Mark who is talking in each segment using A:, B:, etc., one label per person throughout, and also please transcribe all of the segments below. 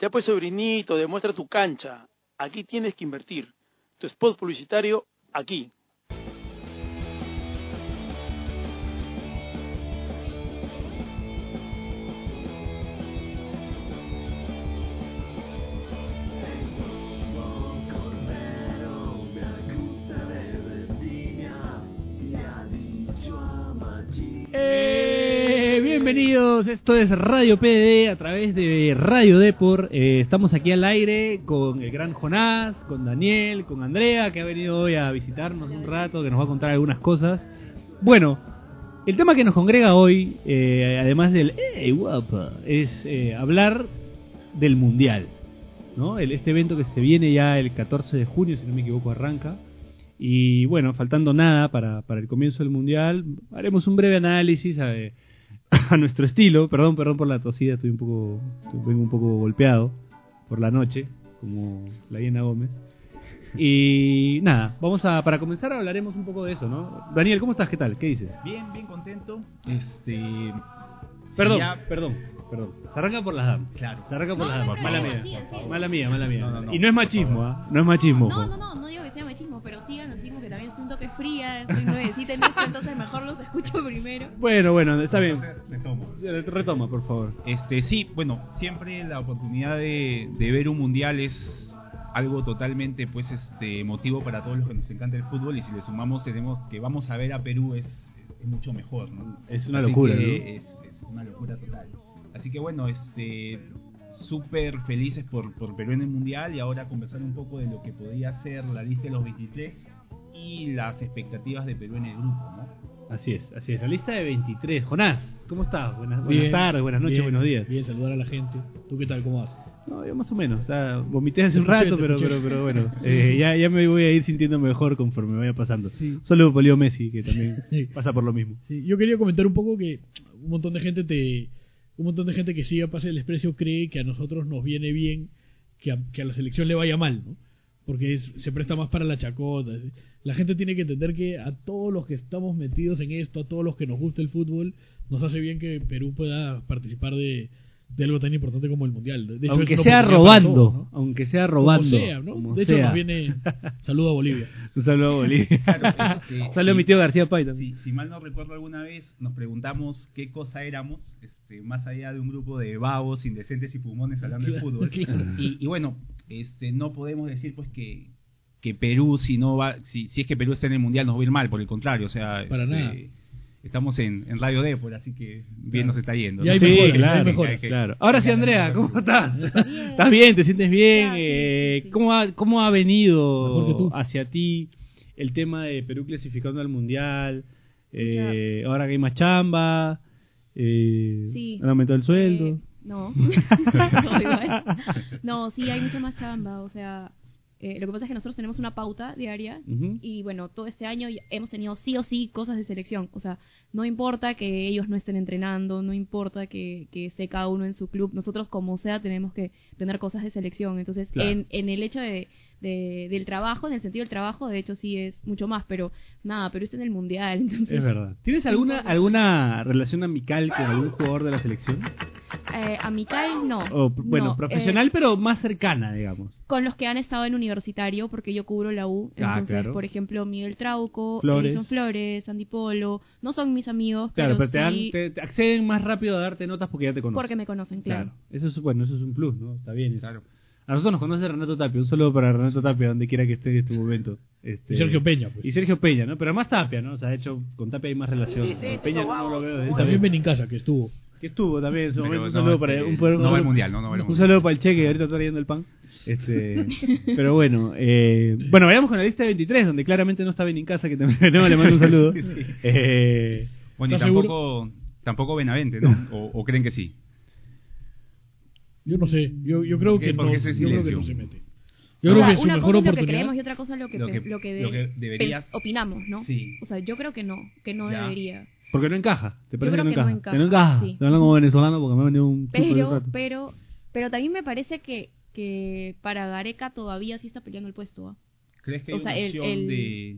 A: Ya pues, sobrinito, demuestra tu cancha. Aquí tienes que invertir. Tu spot publicitario, aquí.
B: Eh, bienvenidos, esto es Radio PD a través de Radio Depor. Eh, estamos aquí al aire con el gran Jonás, con Daniel, con Andrea, que ha venido hoy a visitarnos un rato, que nos va a contar algunas cosas. Bueno, el tema que nos congrega hoy, eh, además del ¡Ey, guapa! es eh, hablar del Mundial. ¿no? El, este evento que se viene ya el 14 de junio, si no me equivoco, arranca. Y bueno, faltando nada para, para el comienzo del Mundial, haremos un breve análisis a, eh, a nuestro estilo. Perdón, perdón por la tosida, estoy un poco, estoy- vengo un poco golpeado por la noche, como la Diana Gómez. Y nada, vamos a, para comenzar hablaremos un poco de eso, ¿no? Daniel, ¿cómo estás? ¿Qué tal? ¿Qué dices?
C: Bien, bien contento. Este.
B: Perdón,
C: sería-
B: perdón, perdón. Se arranca por las damas.
C: Claro.
B: Se arranca por
D: No,
B: las
D: no,
B: damas.
D: no,
B: Mala mía.
D: no, sí, sí.
B: Mala mía, mala mía.
C: No, no, no,
B: y no es
C: por
B: machismo,
C: favor.
B: ¿ah? No es machismo.
D: No, no, no, no digo que sea machismo, pero sigan, os digo que también soy un toque fría, soy nuevecita en esto, entonces mejor los escucho primero.
B: Bueno, bueno, está bien. Eh,
C: Entonces, retomo.
B: Retoma, por favor.
C: Este, sí, bueno, siempre la oportunidad de, de ver un mundial es algo totalmente pues este motivo para todos los que nos encanta el fútbol y si le sumamos tenemos que vamos a ver a Perú es, es mucho mejor, ¿no?
B: Es una
C: Así
B: locura,
C: que
B: ¿no?
C: es, es una locura total. Así que bueno, este súper felices por, por Perú en el mundial y ahora conversar un poco de lo que podría ser eh, la lista de los 23 y las expectativas de Perú en el grupo, ¿no?
B: Así es, así es. La lista de 23. Jonás, ¿cómo estás? Buenas, buenas
E: Bien,
B: tardes, buenas noches,
E: bien,
B: buenos días.
E: Bien, saludar a la gente. ¿Tú qué tal? ¿Cómo vas?
B: No, yo más o menos. está- vomité hace
E: Te
B: un
E: escuché,
B: rato,
E: te
B: pero,
E: escuché.
B: pero, pero bueno.
E: Sí,
B: eh,
E: sí.
B: Ya, ya me voy a ir sintiendo mejor conforme vaya pasando.
E: Sí.
B: Un Saludo para Leo Messi, que también
E: Sí.
B: pasa por lo mismo.
E: Sí, yo quería comentar un poco que un montón de gente te un montón de gente que sigue a Pase del Desprecio cree que a nosotros nos viene bien que a, que a la selección le vaya mal, ¿no? Porque es- se presta más para la chacota. ¿sí? La gente tiene que entender que a todos los que estamos metidos en esto, a todos los que nos gusta el fútbol, nos hace bien que Perú pueda participar de, de algo tan importante como el Mundial. De- de hecho,
B: aunque
E: es una
B: sea
E: oportunidad para
B: robando,
E: todos, ¿no?
B: aunque sea
E: Como
B: robando.
E: sea, ¿no?
B: como
E: de hecho,
B: sea.
E: nos viene. Saludo a Bolivia.
B: Un saludo a Bolivia.
C: Claro, este,
E: pues,
B: Un saludo a mi
C: sí.
B: tío García Pay también.
C: Si, si mal no recuerdo alguna vez, nos preguntamos qué cosa éramos, este, más allá de un grupo de babos, indecentes y fumones hablando de
E: Claro,
C: fútbol.
E: claro.
C: Y, y bueno, este, no podemos decir pues que, que Perú, si no va, si, si es que Perú está en el mundial, nos va a ir mal, por el contrario, o sea,
E: Para
C: este,
E: nada.
C: estamos en, en Radio Depor, así que bien
E: Claro.
C: nos está yendo.
E: Y
C: ¿no?
E: hay
B: sí,
E: mejoras,
B: claro,
E: hay mejoras.
B: claro. Ahora sí, Andrea, ¿cómo estás?
D: Bien.
B: ¿Estás bien? ¿Te sientes bien?
D: Ya, sí,
B: Eh,
D: sí, sí.
B: ¿cómo, ha, ¿Cómo ha venido
E: Mejor que tú.
B: hacia ti el tema de Perú clasificando al Mundial? Eh, ahora que hay más chamba, eh,
D: Sí.
B: han aumentado el sueldo.
D: Eh, no. no, igual. No, sí, hay mucha más chamba, o sea, eh, lo que pasa es que nosotros tenemos una pauta diaria
B: Ujú.
D: y bueno, todo este año ya hemos tenido sí o sí cosas de selección, o sea, no importa que ellos no estén entrenando, no importa que, que esté cada uno en su club, nosotros como sea tenemos que tener cosas de selección, entonces
B: Claro.
D: en, en el hecho de, de- del trabajo, en el sentido del trabajo, de hecho sí es mucho más, pero nada, Perú está en el mundial, entonces
B: Es verdad. ¿Tienes alguna alguna relación amical con algún jugador de la selección?
D: eh, amical no.
B: O, Oh, bueno,
D: No, eh,
B: profesional, pero más cercana, digamos.
D: con los que han estado en universitario, porque yo cubro la U.
B: Ah,
D: Entonces,
B: claro.
D: por ejemplo, Miguel Trauco,
B: Flores.
D: Edison Flores, Andy Polo, no son mis amigos,
B: Claro, pero,
D: pero,
B: te, dan-
D: sí
B: te- te acceden más rápido a darte notas porque ya te conocen.
D: porque me conocen, claro.
B: Claro. Eso es, bueno, eso es un plus, ¿no? Está bien. eso.
C: Claro.
B: A nosotros nos conoce Renato Tapia. Un saludo para Renato Tapia, donde quiera que esté en este momento. Este,
E: Y Sergio Peña, pues.
B: Y Sergio Peña, ¿no? Pero más Tapia, ¿no? O sea, de hecho, con Tapia hay más relación. Peña no lo veo de él.
E: También Benincasa, que estuvo.
B: Que estuvo también en su
C: Pero
B: momento. Un
C: no,
B: saludo para
C: este,
B: un pueblo-
C: no va al mundial, no, no va al
B: Un
C: mundial.
B: saludo para el cheque, ahorita está trayendo el pan. Este, pero bueno, eh, bueno, vayamos con la lista de 23, donde claramente no está bien en casa, que también no, le mando un saludo. Eh,
C: Bueno, y
E: ¿Estás seguro?
C: tampoco, tampoco Benavente, ¿no? O, o creen que sí.
E: Yo no sé, yo, yo creo
C: ¿Por qué-
E: que
C: por
E: no,
C: qué ese
E: yo creo que
C: silencio?
E: no se mete. Yo
D: O
E: creo
D: sea,
E: que su
D: una
E: mejor
D: cosa es lo que creemos
E: oportunidad.
D: y otra cosa es lo que,
C: Lo que-
D: pe- lo que, de-
C: lo que debería-
D: pe- opinamos, ¿no?
C: Sí.
D: O sea, yo creo que no, que no
C: Ya.
D: debería.
B: porque no encaja, te parece
D: creo
B: que no
D: que
B: encaja.
D: no encaja,
B: Que no encaja.
D: sí.
B: Te hablan como venezolano porque me ha venido un chupo de
D: Pero,
B: rato.
D: pero, pero también me parece que, que para Gareca todavía sí está peleando el puesto. ¿ah?
C: ¿Crees que
D: O
C: hay
D: sea,
C: una
D: el-
C: opción
D: el-
C: de,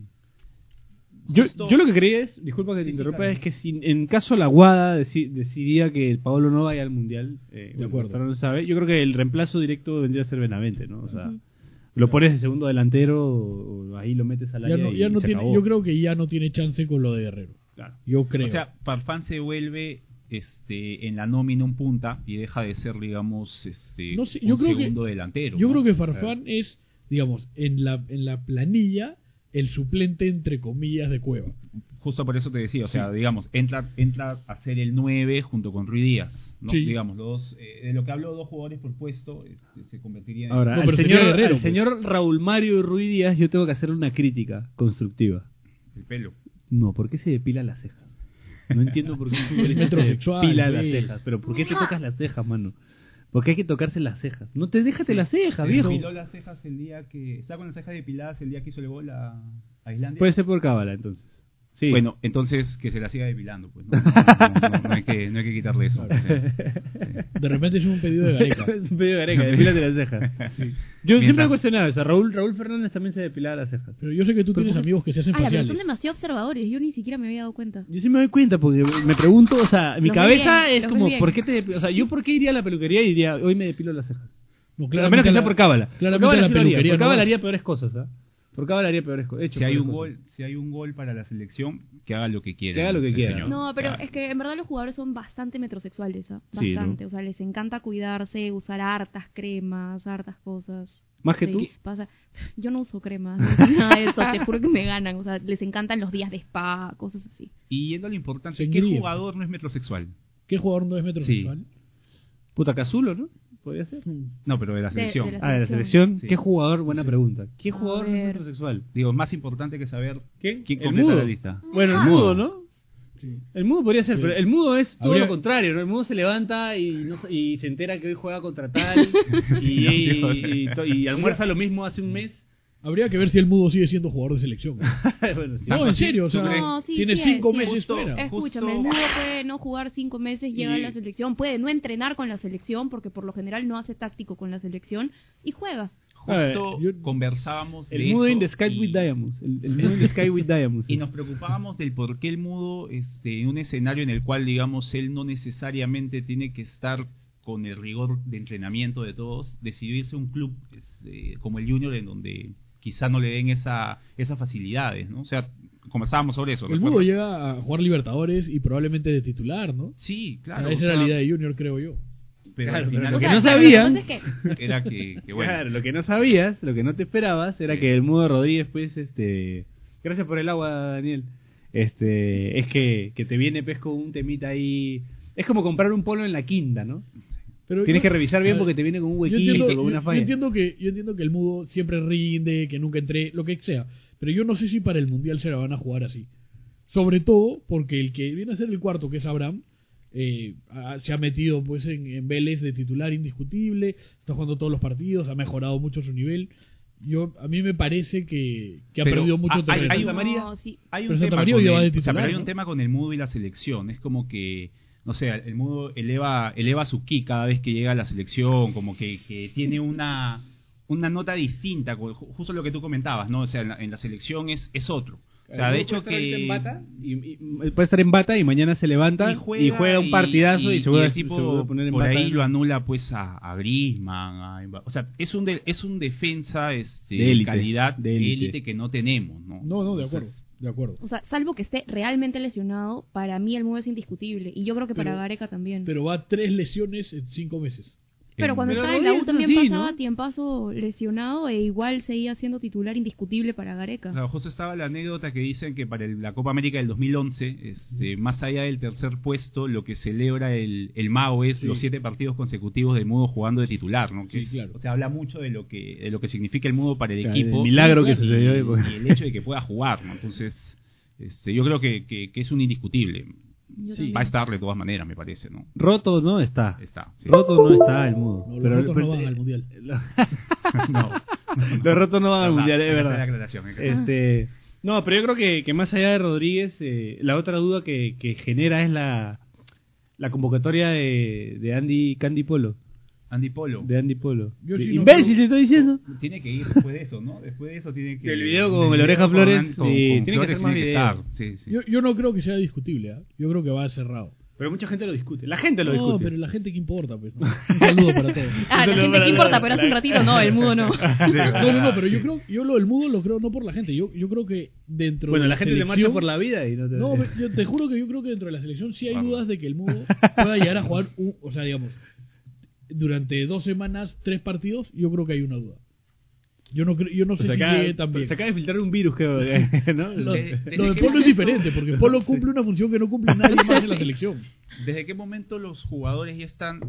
B: Yo,
C: Justo-
B: yo lo que creía es, disculpa que te
C: Sí, sí,
B: interrumpa,
C: claro.
B: es que si en caso la Guada deci- decidía que el Paolo no vaya al mundial, eh, bueno,
E: acuerdo.
B: Gonzalo no sabe, yo creo que el reemplazo directo vendría a ser Benavente, ¿no? O sea,
D: Ujú.
B: lo pones de segundo delantero, o ahí lo metes al
E: Ya
B: área
E: no,
B: y
E: ya no
B: se
E: tiene,
B: acabó.
E: yo creo que ya no tiene chance con lo de Guerrero.
B: Claro.
E: Yo creo.
C: O sea, Parfán se vuelve este en la nómina un punta y deja de ser, digamos, este
E: No sé,
C: un
E: yo creo que-
C: segundo delantero.
E: yo
C: ¿no?
E: creo que Farfán es, digamos, en la, en la planilla, el suplente entre comillas de Cueva.
C: Justo por eso te decía, o sea, digamos, entra, entra a ser el 9 junto con Rui Díaz, ¿no?
E: Sí.
C: Digamos, los dos, eh, de lo que habló, dos jugadores por puesto este, se convertirían en...
B: Ahora,
E: No,
B: al,
E: pero
B: señor,
E: sería Guerrero,
B: al
E: pues.
B: señor Raúl Mario y Ruiz Díaz yo tengo que hacerle una crítica constructiva.
C: el pelo.
B: No, ¿por qué se depila las cejas? No entiendo por qué un futbolista se
E: metrosexual,
B: depila las
E: pues.
B: cejas, pero ¿por qué te tocas las cejas, mano? Porque hay que tocarse las cejas. No te déjate las cejas,
C: Se
B: viejo.
C: depiló las cejas el día que... Está con las cejas depiladas el día que hizo el gol a, a Islandia.
B: Puede ser por cábala, entonces. Sí.
C: Bueno, entonces que se la siga depilando, pues. No, No, no, no, no hay, que, no hay que quitarle eso. o sea.
E: De repente es un pedido de Gareca.
B: es un pedido de Gareca, depílate las cejas. Yo siempre
C: Mientras-
B: he cuestionado eso. Raúl, Raúl Fernández también se depilaba las cejas.
E: Pero yo sé que tú tienes amigos que se hacen
D: Ah, pero son
E: faciales.
D: demasiado observadores. Yo ni siquiera me había dado cuenta.
B: Yo sí me doy cuenta porque me pregunto, o sea, mi
D: Los muy
B: cabeza
D: bien,
B: es
D: los
B: como,
D: muy bien.
B: ¿por qué te depi- O sea, yo por qué iría a la peluquería y diría, hoy me depilo las cejas.
E: No,
B: A menos que sea por cábala. Por
E: Claramente
B: cábala
E: la
B: sí lo haría,
E: peluquería
B: Por cábala
E: no
B: haría peores cosas, ¿ah? Por cábala haría peores cosas.
C: si hay un gol, si hay un gol para la selección, que haga lo que quiera.
B: Que haga
C: ¿no?
B: lo que
C: El
B: quiera.
C: señor. Ah.
D: No, pero
C: Claro.
D: es que en verdad los jugadores son bastante metrosexuales, ¿ah?
B: Sí, ¿no?
D: bastante. O sea, les encanta cuidarse, usar hartas cremas, hartas cosas.
B: Más que
D: Sí,
B: tú.
D: pasa- Yo no uso cremas, no uso nada de eso, te juro que me ganan. O sea, les encantan los días de spa, cosas así.
C: Y yendo a lo importante, ¿qué
E: Sangría.
C: jugador no es metrosexual?
E: ¿Qué jugador no es metrosexual?
B: Puta Cazulo, ¿no? Podría ser.
C: No, pero de la
D: De-
C: selección.
D: de la-
B: Ah, de la
D: selección.
B: selección.
C: Sí.
B: ¿Qué jugador? Buena pregunta. ¿Qué
D: A
B: jugador no es
D: ver.
B: heterosexual?
C: Digo, es más importante que saber
B: ¿Quién?
C: quién
B: El
C: completa
B: mudo.
C: la lista.
B: Bueno, el mudo, ¿no? El mudo podría ser,
E: Sí.
B: pero el mudo es todo
E: Habría-
B: lo contrario, ¿no? El mudo se levanta y, no se- y se entera que hoy juega contra tal y, y, y to- y almuerza lo mismo hace un mes.
E: Habría que ver si el mudo sigue siendo jugador de selección.
B: bueno, sí.
E: No, en serio, o
C: ¿Tú
E: sea,
C: crees?
D: No, sí,
E: tiene
D: sí,
E: cinco
D: sí.
E: meses
C: Justo.
E: fuera.
C: Eh,
D: Escúchame, el
C: justo-
D: mudo puede no jugar cinco meses, llega a
C: Y-
D: la selección, puede no entrenar con la selección, porque por lo general no hace táctico con la selección, y juega.
B: A ver,
C: Justo
B: yo-
C: conversábamos de
B: El mudo
C: eso
B: in the sky
C: y-
B: with diamonds. El, el mudo in the sky with diamonds.
C: Y nos preocupábamos del por qué el mudo, este, en un escenario en el cual, digamos, él no necesariamente tiene que estar con el rigor de entrenamiento de todos, decidió irse a un club este, como el Junior, en donde quizá no le den esa, esas facilidades, ¿no? O sea, conversábamos sobre eso.
E: El
C: ¿recuerdas?
E: mudo llega a jugar Libertadores y probablemente de titular, ¿no?
C: Sí,
E: O sea,
C: claro.
E: Ah, esa
C: o
E: era la
C: sea,
E: idea de Junior, creo yo.
C: Pero
B: Claro,
C: al
B: pero
C: final
B: lo que
D: sea,
B: no
D: claro,
B: sabía-
D: lo que pasa es que-
C: era que, que bueno.
B: Claro, lo que no sabías, lo que no te esperabas, era
C: Sí.
B: que el mudo Rodríguez, pues, este. Gracias por el agua, Daniel. Este, es que, que te viene pesco un temita ahí. Es como comprar un polo en la quinta, ¿no?
E: Pero
B: Tienes
E: yo-
B: que revisar bien
E: a ver,
B: porque te viene con un
E: yo
B: huequito,
E: entiendo,
B: con
E: yo-
B: una
E: yo
B: falla.
E: entiendo que, yo entiendo que el mudo siempre rinde, que nunca entré, lo que sea. Pero yo no sé si para el Mundial se la van a jugar así. Sobre todo porque el que viene a ser el cuarto, que es Abraham, eh, ha- se ha metido pues en, en Vélez de titular indiscutible, está jugando todos los partidos, ha mejorado mucho su nivel. Yo, a mí me parece que, que ha
C: Pero
E: perdido
C: hay-
E: mucho
C: hay-
E: terreno.
C: hay
D: No,
C: una María.
D: sí.
C: Hay
E: Pero
C: un,
E: Santa
C: tema
E: María
C: con
E: hoy ya va
C: el,
E: de
C: o sea,
E: titular,
C: pero hay un
E: ¿no?
C: tema con el mudo y la selección. Es como que, no sé, el mudo eleva, eleva su ki cada vez que llega a la selección, como que, que tiene una, una nota distinta, con- ju- justo lo que tú comentabas, ¿no? O sea, en la, en la selección es, es otro. O sea, de hecho que...
B: y- y- puede estar en bata y mañana se levanta y juega, un partidazo y, se, vuelve,
C: el tipo
B: se vuelve a poner en
C: por
B: bata.
C: ahí lo anula pues a, a Griezmann a Mba- o sea es un de- es un defensa este
B: De élite,
C: calidad
B: de
C: de
B: élite.
C: élite que no tenemos no
E: No, no, de acuerdo,
C: Entonces,
E: de acuerdo.
D: O sea, salvo que esté realmente lesionado, para mí el mudo es indiscutible. Y yo creo que para
E: Pero-
D: Gareca también. Pero,
E: Pero va a tres lesiones en cinco meses.
C: el-
D: cuando
B: Pero
D: estaba en la
B: Rodríguez
D: U
B: es
D: también
B: así,
D: pasaba
B: ¿no?
D: tiempazo lesionado e igual seguía siendo titular indiscutible para Gareca.
C: Claro, justo estaba la anécdota que dicen que para el- la Copa América del 2011, este, más allá del tercer puesto, lo que celebra el, el Mao es
E: Sí.
C: los siete partidos consecutivos del Mudo jugando de titular, ¿no? Que
E: Sí,
C: es-
E: claro.
C: O sea, habla mucho de lo que de lo que significa el Mudo para el
B: Claro,
C: equipo.
B: el milagro que
C: Y-
B: sucedió ahí, porque-
C: Y el hecho de que pueda jugar, ¿no? Entonces, este, yo creo que, que- que es un indiscutible.
D: Yo
E: sí,
D: también.
C: Va a estar de todas maneras, me parece, ¿no?
B: Roto no está.
C: Está. sí.
B: Roto no está el mudo.
E: No, los
B: Pero-
E: rotos
B: pero- eh,
E: no van al Mundial.
C: no.
B: Los rotos no van al
C: Verdad,
B: mundial, es
C: esa
B: verdad.
C: la aclaración, ¿eh? es verdad.
B: Este, no, pero yo creo que, que más allá de Rodríguez, eh, la otra duda que, que genera es la, la convocatoria de, de Andy Candy Polo.
C: Andy Polo.
B: de Andy Polo.
E: Yo
B: De-
E: sí no
B: ¡Imbécil,
E: creo-
B: te estoy diciendo!
C: Tiene que ir después de eso, ¿no? Después de eso tiene que...
B: Del video con
C: del
B: la oreja
C: video
B: Flores,
C: Andy- con- con
B: sí, tiene que
C: Flores
B: hacer más videos.
C: estar. Sí, sí.
E: Yo, yo no creo que sea discutible, ¿ah? yo creo que va cerrado.
B: Pero mucha gente lo discute. La gente lo
E: No,
B: discute.
E: pero la gente que importa, pues. ¿no? Un saludo para todos.
D: Ah, la
B: Eso no para
D: gente que
B: nada,
D: importa, pero hace un
B: la-
D: ratito no, el mudo no.
E: No, no, no, pero yo creo, yo lo del mudo lo creo no por la gente, yo, yo creo que dentro
B: Bueno,
E: de
B: la gente te marcha
E: selección-
B: por la vida y no te.
E: No, yo te juro que yo creo que dentro de la selección sí hay
C: Vamos.
E: dudas de que el mudo pueda llegar a jugar, un- o sea, digamos, durante dos semanas, tres partidos, yo creo que hay una duda. Yo no, creo, yo no sé
C: Pues
B: se,
E: si
B: acaba,
E: llegue también.
B: se Pues acaba de filtrar un virus, creo. ¿no?
E: Lo,
C: Eh, desde
E: lo de
C: que
E: Polo es
C: hizo-
E: diferente, porque Polo cumple una función que no cumple nadie más en la selección.
C: ¿Desde qué momento los jugadores ya están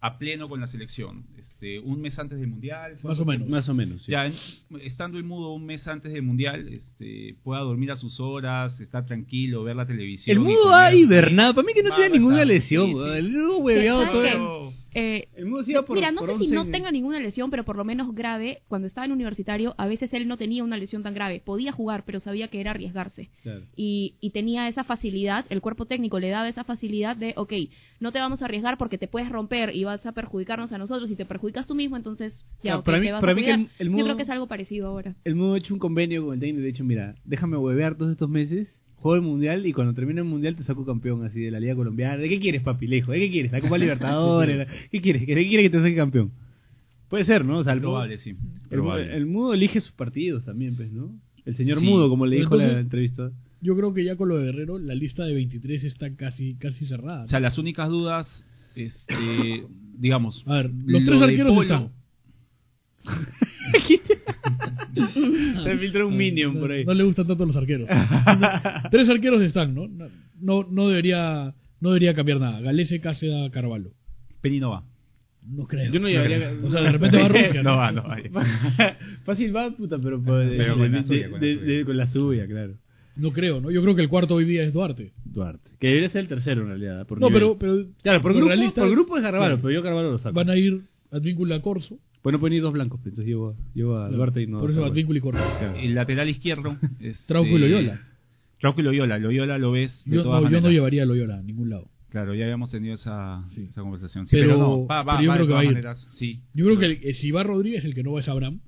C: a pleno con la selección? Este, ¿Un mes antes del Mundial?
E: Más o menos.
B: Más o menos. sí.
C: Ya, en- estando el mudo un mes antes del Mundial, este, pueda dormir a sus horas, estar tranquilo, ver la televisión.
B: El
C: y
B: mudo
C: comer.
B: ha hibernado. Para mí que no
C: Va
B: tiene
C: a
B: ninguna
C: estar-
B: lesión.
C: sí, sí.
B: weón. El mudo hueveado
D: ¿Sabes
B: todo.
D: qué?
B: el-
D: Eh,
B: El mudo se iba por.
D: Mira, no
B: por
D: sé si
B: 11
D: no
B: en-
D: tenga ninguna lesión, pero por lo menos grave, cuando estaba en universitario, a veces él no tenía una lesión tan grave. Podía jugar, pero sabía que era arriesgarse.
B: Claro.
D: Y, y tenía esa facilidad, el cuerpo técnico le daba esa facilidad de, ok, no te vamos a arriesgar porque te puedes romper y vas a perjudicarnos a nosotros y te perjudicas tú mismo, entonces ya,
B: Ah,
D: ok,
B: para mí-
D: te vas
B: para
D: a
B: mí que el-
D: cuidar.
B: el
D: Yo
B: mudo-
D: creo que es algo parecido ahora.
B: El mudo ha hecho un convenio con el técnico. y Le ha dicho, mira, déjame huevear todos estos meses. Juego el mundial y cuando termine el mundial te saco campeón así de la Liga Colombiana. ¿De qué quieres, papi? Le dijo, ¿de qué quieres? La Copa Libertadores. la- ¿Qué quieres? ¿De qué quieres que te saque campeón? Puede ser, ¿no? O sea, el mudo-
C: Probable, sí.
B: El, mu-
C: probable.
B: el mudo elige sus partidos también, pues, ¿no? El señor
C: Sí.
B: mudo, como le
E: Pero
B: dijo la
E: entonces-
B: entrevista.
E: Yo creo que ya con lo de Guerrero, la lista de 23 está casi, casi cerrada.
C: O sea, las únicas dudas, este, digamos...
E: A ver, los
C: lo
E: tres
C: de
E: arqueros
C: Polo-
E: están.
B: Se filtró un minion
E: no,
B: por ahí.
E: no le gustan tanto los arqueros. No, tres arqueros están, ¿no? No, no, no debería, no debería cambiar nada. Galese, Cáceres, Carvalho.
C: Penny no va.
E: No creo.
B: Yo no llevaría-
E: O sea, de repente va Rusia.
C: No va, no va.
B: Fácil va, puta, pero, por- de-
C: Pero con la
B: de-
C: suya, con la
B: de-
C: suya.
B: de- con la suya, claro.
E: No creo, ¿no? Yo creo que el cuarto hoy día es Duarte.
B: Duarte. Que debería ser el tercero en realidad. por
E: No,
B: nivel.
E: pero, pero
B: Claro, por
E: los
B: grupo,
E: realistas-
B: por grupo es Carvalho,
E: Claro.
B: pero yo Carvalho lo saco.
E: van a ir Advíncula Corso.
B: Pues no pueden ir dos blancos, entonces llevo, llevo a Duarte y no.
E: Por eso
B: Carvalho.
E: Advíncula y Corso.
B: Claro.
C: El lateral izquierdo... Este,
E: Trauco y Loyola.
C: Trauco y Loyola. Loyola lo ves de
E: Yo
C: todas
E: no, yo no
C: maneras.
E: llevaría a Loyola a ningún lado.
C: Claro, ya habíamos tenido esa,
E: Sí.
C: esa conversación. Sí,
E: Pero-
C: pero, no, va, va,
E: pero yo
C: va de
E: creo que
C: todas
E: va a ir.
C: maneras, sí.
E: Yo creo que el- eh, si va Rodríguez, el que no va es Abraham.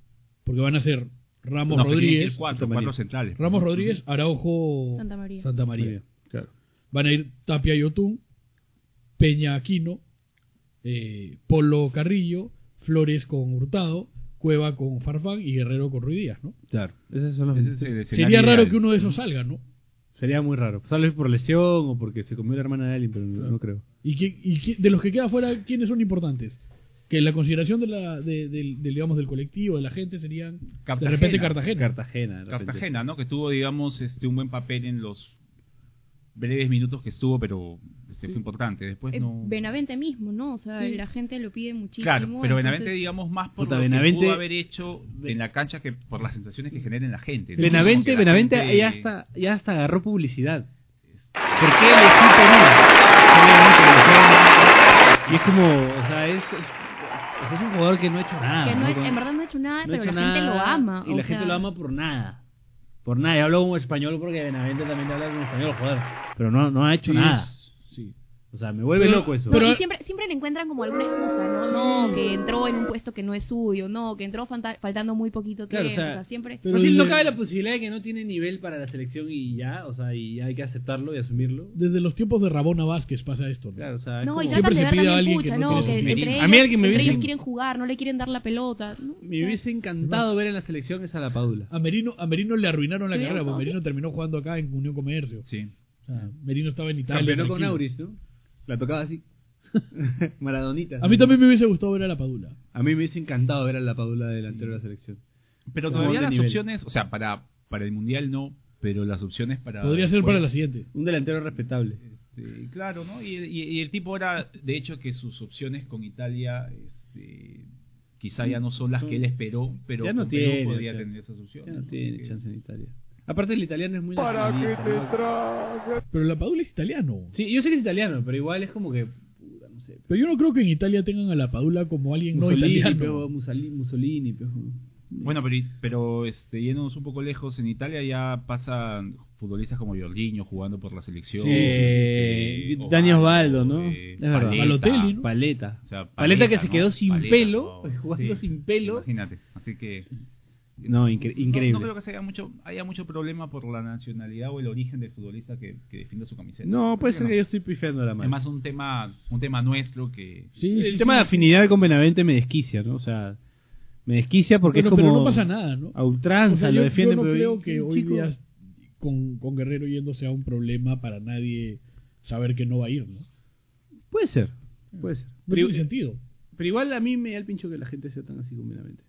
E: Porque van a ser Ramos
C: No, pero tiene que ir
E: Rodríguez.
C: cuatro,
B: Santa María.
C: cuatro centrales.
E: Ramos Rodríguez, Araujo.
D: Santa María.
E: Santa
B: Muy
E: María.
B: bien, Claro.
E: Van a ir Tapia y Otún, Peña Aquino, eh, Polo Carrillo, Flores con Hurtado, Cueva con Farfán y Guerrero con Ruiz Díaz, ¿no?
B: Claro. Esos son los-
C: Ese es el escenario
E: Sería raro
C: ideal.
E: que uno de esos salga, ¿no?
B: Sería muy raro. Tal vez por lesión o porque se comió la hermana de alguien, pero no, no creo.
E: ¿Y, quién- y quién- de los que queda fuera, quiénes son importantes? Que la consideración de la, de- del- del, digamos, del colectivo, de la gente, serían
C: Cartagena.
E: de repente Cartagena.
B: Cartagena. de repente.
C: Cartagena, ¿no? Que tuvo, digamos, este un buen papel en los breves minutos que estuvo, pero se fue importante. Después
D: Eh,
C: no...
D: Benavente mismo, ¿no? O sea,
E: Sí.
D: la gente lo pide muchísimo.
C: Claro, pero Benavente,
D: entonces-
C: digamos, más por
B: Puta,
C: lo
B: Benavente-
C: que pudo haber hecho en la cancha que por las sensaciones que genera en la gente. ¿no?
B: Benavente,
C: Como que la
B: Benavente
C: gente-
B: ya, hasta, ya hasta agarró publicidad. ¿Por qué elegí Perú? Obviamente, lo dijeron. Y es como, o sea, es, es- o sea, es un jugador que no ha hecho nada.
D: que no he-
B: Como-
D: en verdad no ha hecho nada,
B: Ah, no ha
D: Ah, pero
B: hecho
D: la gente lo
B: nada,
D: ama.
B: Y
D: o
B: la
D: sea,
B: gente lo ama por nada. Por nada. Yo hablo como español porque Benavente también habla como español, joder. Pero no, no ha hecho
E: Sí,
B: nada.
E: es- sí.
B: O sea, me vuelve
E: Pero-
B: loco eso.
D: No,
E: pero-
D: y siempre, siempre le encuentran como alguna excusa, ¿no? No, que entró en un puesto que no es suyo, no, que entró fanta- faltando muy poquito
B: Claro, o
D: tiempo,
B: sea,
D: o sea, siempre...
E: pero-
B: no, Pues sí,
E: el-
B: no cabe la posibilidad de que no tiene nivel para la selección y ya, o sea, y ya hay que aceptarlo y asumirlo.
E: Desde los tiempos de Rabona Vázquez pasa esto, ¿no?
B: Claro, o sea, es
D: No,
B: como-
D: y
E: Siempre
D: tratan de
E: se
D: ver
E: pide a
D: también,
E: alguien que
D: pucha,
E: no
D: no,
E: quiere
D: que
E: asumir.
D: entre ellos,
B: A mí alguien me
D: entre
B: hubiese-
D: ellos quieren jugar, no le quieren dar la pelota. ¿no?
B: me hubiese encantado ver en la selección esa la Padula.
E: A Merino, a Merino le arruinaron la
D: Tuvieron
E: carrera, porque
D: todo,
E: Merino terminó jugando acá en Unión Comercio.
C: Sí.
E: O sea, Merino estaba en Italia.
B: Ah. Campeonó con
E: tranquilo.
B: Auris, ¿no? La tocaba así. Maradonita.
E: A mí también me hubiese gustado ver a la Padula.
B: A mí me hubiese encantado ver a la Padula delantero de la selección.
C: Pero
B: Como
C: todavía
B: de
C: las
B: nivel.
C: opciones, o sea, para, para el Mundial no, pero las opciones para...
B: Ah,
E: Podría ser
C: después-
E: para la siguiente.
B: Un delantero respetable.
C: Este, claro, ¿no? Y, y- y el tipo ahora, de hecho, que sus opciones con Italia este, quizá ya no son las que él esperó, pero
B: Ya no
C: con Perú
B: tiene,
C: podía
B: ya.
C: tener esas opciones.
B: Ya no
C: Así
B: tiene
C: que-
B: chance en Italia. Aparte el italiano es muy nacionalista, ¿no?
E: Pero la Padula es italiano.
B: Sí, yo sé que es italiano, pero igual es como que puta, no sé.
E: Pero yo no creo que en Italia tengan a la Padula como alguien no
B: Mussolini,
E: italiano.
B: peo, Musali- Mussolini, peo.
C: Bueno, pero, pero este, yéndonos un poco lejos, en Italia ya pasan futbolistas como Jorginho jugando por la selección.
B: Eh,
C: este,
B: Dani Osvaldo, ¿no?
C: eh,
B: Es verdad.
C: Paleta.
E: Balotelli, ¿no?
B: Paleta.
C: O sea,
B: Paleta que se quedó sin pelo,
C: ¿no?
B: jugando sin pelo.
C: Imagínate, así que...
B: No, incre- increíble.
C: No, no creo que sea mucho, haya mucho problema por la nacionalidad o el origen del futbolista que, que defienda su camiseta.
B: No, puede ser
C: Creo
B: que
C: que
B: yo estoy pifiando la
C: no.
B: mano.
C: Además, un tema, un tema nuestro que...
E: Sí,
B: el
E: sí,
B: tema
E: sí.
B: de afinidad con Benavente me desquicia, ¿no? O sea, me desquicia porque
E: Bueno,
B: es como
E: pero no pasa nada, ¿no?
B: a ultranza,
E: O sea, yo,
B: lo
E: yo
B: defienden.
E: no
B: pero
E: creo que hoy
B: chico,
E: día con, con Guerrero yendo sea un problema para nadie saber que no va a ir, ¿no?
B: Puede ser, puede ser.
E: No
B: Pero,
E: tiene sentido.
B: pero igual a mí me da el pincho que la gente sea tan así con Benavente.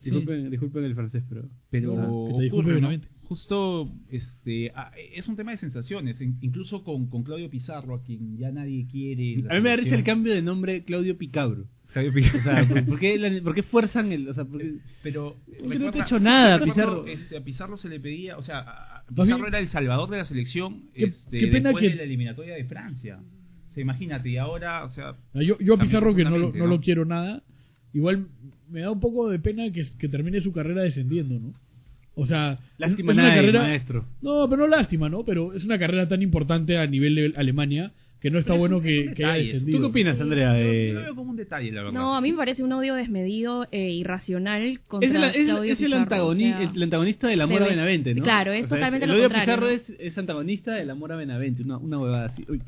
E: Sí.
B: Disculpen, disculpen el francés, pero...
C: pero
E: O sea, que te
C: ocurre,
E: disculpe,
C: ¿no?
E: obviamente.
C: justo este ah, es un tema de sensaciones in- incluso con, con Claudio Pizarro a quien ya nadie quiere en la
B: A mí me da risa el
C: selección.
B: cambio de nombre Claudio Picabro.
C: Claudio
B: O
C: Pizarro
B: sea, ¿por, por qué, la- por qué fuerzan el...? O sea, por qué-
C: pero
B: no te
C: recuerda-
B: ha hecho nada,
C: recuerdo,
B: Pizarro.
C: este, a Pizarro se le pedía o sea a- a
E: Más bien-
C: Pizarro era el salvador de la selección
E: Qué-
C: este,
E: qué pena
C: después
E: que-
C: de la eliminatoria de Francia o sea, imagínate y ahora o sea
E: Ah, Yo, yo a
C: También
E: Pizarro que no, lo-
C: profundamente,
E: no
C: ¿no?
E: lo quiero nada, igual me da un poco de pena que, que termine su carrera descendiendo, ¿no? O sea, es-
B: Lástima
E: es una
B: nada,
E: carrera-
B: maestro.
E: No, pero no lástima, ¿no? Pero es una carrera tan importante a nivel de Alemania que no está
C: Pero es
E: bueno
C: un- es
E: que,
C: un
E: que haya
C: detalle eso.
E: descendido.
B: ¿Tú qué opinas, Andrea?
C: yo-
B: de-
C: yo lo veo como un detalle la verdad
D: No, a mí me parece un odio desmedido e irracional contra
B: Es el, es-
D: Claudio
B: es el
D: Pizarro,
B: antagoni-
D: o sea,
B: el antagonista del amor
D: de
B: a
D: Ben-
B: Benavente, ¿no?
D: Claro, es totalmente
B: el
D: lo
B: odio a
D: contrario,
B: Pizarro
D: ¿no?
B: es, es antagonista del amor a Benavente, una, una huevada así. Uy,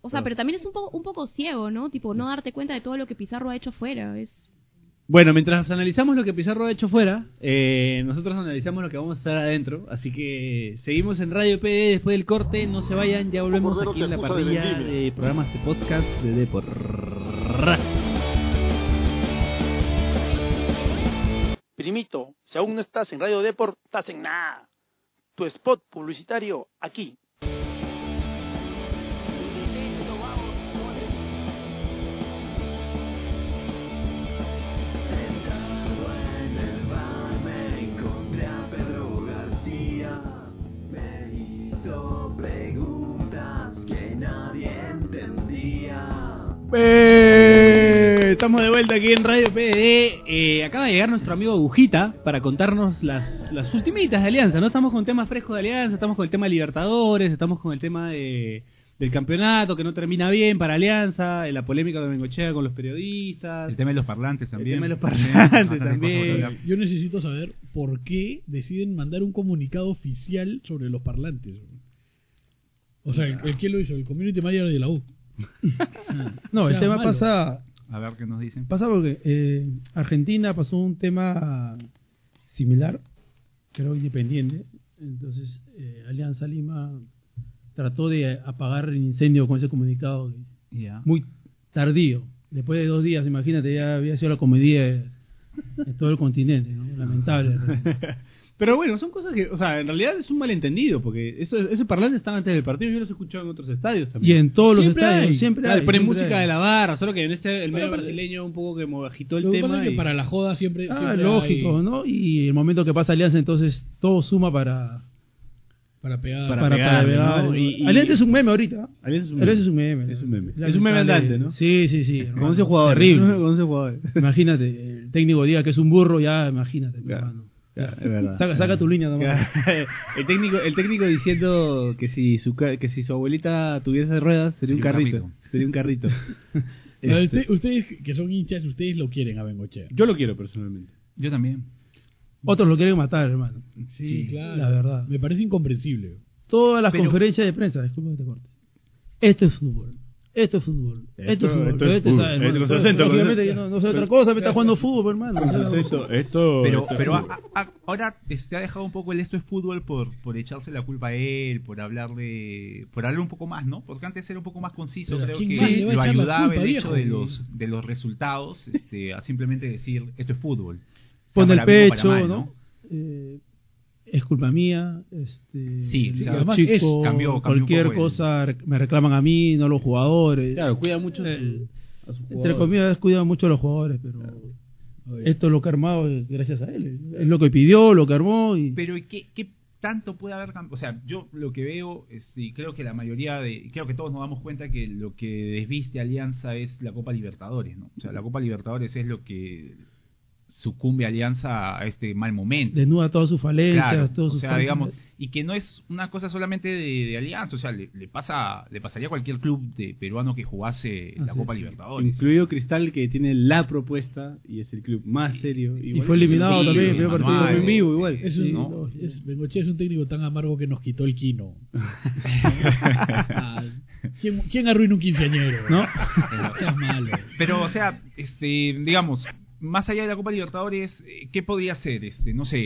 D: O sea, pero también es un poco, un poco ciego, ¿no? Tipo, no darte cuenta de todo lo que Pizarro ha hecho fuera. Es...
B: Bueno, mientras analizamos lo que Pizarro ha hecho fuera, eh, nosotros analizamos lo que vamos a hacer adentro, así que seguimos en Radio PD después del corte, no se vayan, ya volvemos
F: Cordero
B: aquí
F: se
B: en la
F: acusa de
B: parrilla de,
F: vendimia.
B: programas de podcast de Depor.
G: Primito, si aún no estás en Radio Deport, estás en nada. Tu spot publicitario aquí.
B: Eh, Estamos de vuelta aquí en Radio PDD. Eh, acaba de llegar nuestro amigo Agujita para contarnos las, las ultimitas de Alianza. No estamos con temas frescos de Alianza, estamos con el tema de Libertadores, estamos con el tema de, del campeonato que no termina bien para Alianza, eh, la polémica de Bengochea con los periodistas.
C: el tema de los parlantes también
B: tema de los parlantes
C: Sí,
B: también.
C: cosas de-
E: Eh, Yo necesito saber por qué deciden mandar un comunicado oficial sobre los parlantes. O sea, ¿el, el que lo hizo? ¿El community manager de la U?
A: No,
E: O sea,
A: el tema
E: malo.
A: pasa
C: a ver qué nos dicen
A: Pasa porque eh, Argentina pasó un tema similar, creo independiente. Entonces, eh, Alianza Lima trató de apagar el incendio con ese comunicado
C: Ya.
A: muy tardío. Después de dos días, imagínate, ya había sido la comedia en todo el continente, ¿no? lamentable. realmente.
B: Pero bueno, son cosas que, o sea, en realidad es un malentendido, porque eso, esos parlantes estaban antes del partido, yo los he escuchado en otros estadios
A: Y
B: también.
A: en todos los
B: Siempre
A: estadios,
B: hay.
A: siempre
B: Ah,
A: hay.
B: le ponen
A: siempre
B: música
A: hay.
B: de la barra, solo que en este el medio
E: aparte-
B: brasileño un poco que mo- agitó el
E: Lo que pasa
B: tema.
E: es que
B: y-
E: para la joda siempre.
A: Ah,
E: siempre
A: lógico,
E: hay
A: ¿no? Y el momento que pasa Alianza, entonces todo suma para...
E: Para pegar.
B: Para-
A: Para, para,
B: pegarle,
A: pegar,
B: ¿no? Y- y-
A: Alianza Este es un meme ahorita.
B: Alianza es un
A: Pero ese es
B: meme.
A: un meme.
B: Es
A: ¿no?
B: un meme.
A: La-
B: Es un meme
A: la-
B: andante, ¿no?
A: Sí, sí, sí.
B: Con 11 jugadores.
A: Terrible.
B: Con 11 jugadores.
A: Imagínate, el técnico diga que es un burro, ya imagínate, mi
B: Claro.
A: hermano.
B: Claro, es verdad.
A: Saca, saca tu línea nomás.
B: Claro. el técnico el técnico diciendo que si su ca- que si su abuelita tuviese ruedas sería un carrito, sería un carrito
E: Pero
B: Este,
E: usted- ustedes que son hinchas, ustedes lo quieren a Bengochea.
B: yo lo quiero personalmente
C: yo también
A: Otros lo quieren matar, hermano.
E: Sí, claro.
A: La verdad.
E: Me parece incomprensible.
A: Todas las
C: Pero-
A: conferencias de prensa, disculpa que te corte. Esto es fútbol. Esto es fútbol.
B: Eh,
A: Esto, es fútbol.
B: esto
A: Pero
B: es
A: este
B: fútbol.
A: sabe,
B: Esto
A: hermano.
B: con su acento, con su-
A: Lógicamente, yo no, no sé otra cosa, me está jugando fútbol, hermano.
B: esto
C: Pero, pero ah, a- a- ahora se ha dejado un poco el esto es fútbol por, por echarse la culpa a él, por hablar de, por hablar un poco más, ¿no? Porque antes era un poco más conciso,
E: Pero ¿a
C: creo
E: quién
C: que lo
E: más le va a echar la
C: ayudaba
E: culpa,
C: el hecho
E: viejo?
C: de los, de los resultados, este, a simplemente decir esto es fútbol. Sea
A: Pone el
C: para bien o para
A: pecho,
C: mal,
A: ¿no? Eh, es culpa mía. Este,
C: Sí, o sea,
A: los
E: además
A: chicos,
E: es- cambió-
C: cambió un
A: cualquier
C: poco el-
A: cosa rec- me reclaman a mí, no a los jugadores.
B: claro cuida mucho su-
A: Eh,
B: a sus
A: Entre
B: jugadores.
A: comillas, cuidan mucho a los jugadores, pero esto es lo que ha armado eh, gracias a él. Es lo que pidió, lo que armó. Y...
C: Pero ¿y ¿qué, qué tanto puede haber cambiado? O sea, yo lo que veo, es, y creo que la mayoría de, creo que todos nos damos cuenta que lo que desviste a Alianza es la Copa Libertadores, ¿no? O sea, la Copa Libertadores es lo que sucumbe Alianza a este mal momento.
A: Desnuda todas sus falencias,
C: Claro,
A: todos
C: o
A: sus
C: sea,
A: fallos.
C: digamos, y que no es una cosa solamente de, de Alianza, o sea, le, le pasa le pasaría a cualquier club de peruano que jugase la
A: Así
C: Copa
A: es.
C: Libertadores.
B: Incluido Cristal, que tiene la propuesta y es el club más serio.
A: y
B: Igual
A: fue
B: que
A: eliminado
B: Sofía,
A: también, el primer
B: Manuel,
A: partido.
B: en vivo igual.
E: Es un-
C: ¿no?
E: no, es- Bengochea es un técnico tan amargo que nos quitó el quino. Ah, ¿quién, quién arruina un quinceañero?
A: ¿No?
E: Estás malo.
C: Pero, o sea, este, digamos, más allá de la Copa Libertadores, eh, ¿qué podía ser? Este, no sé,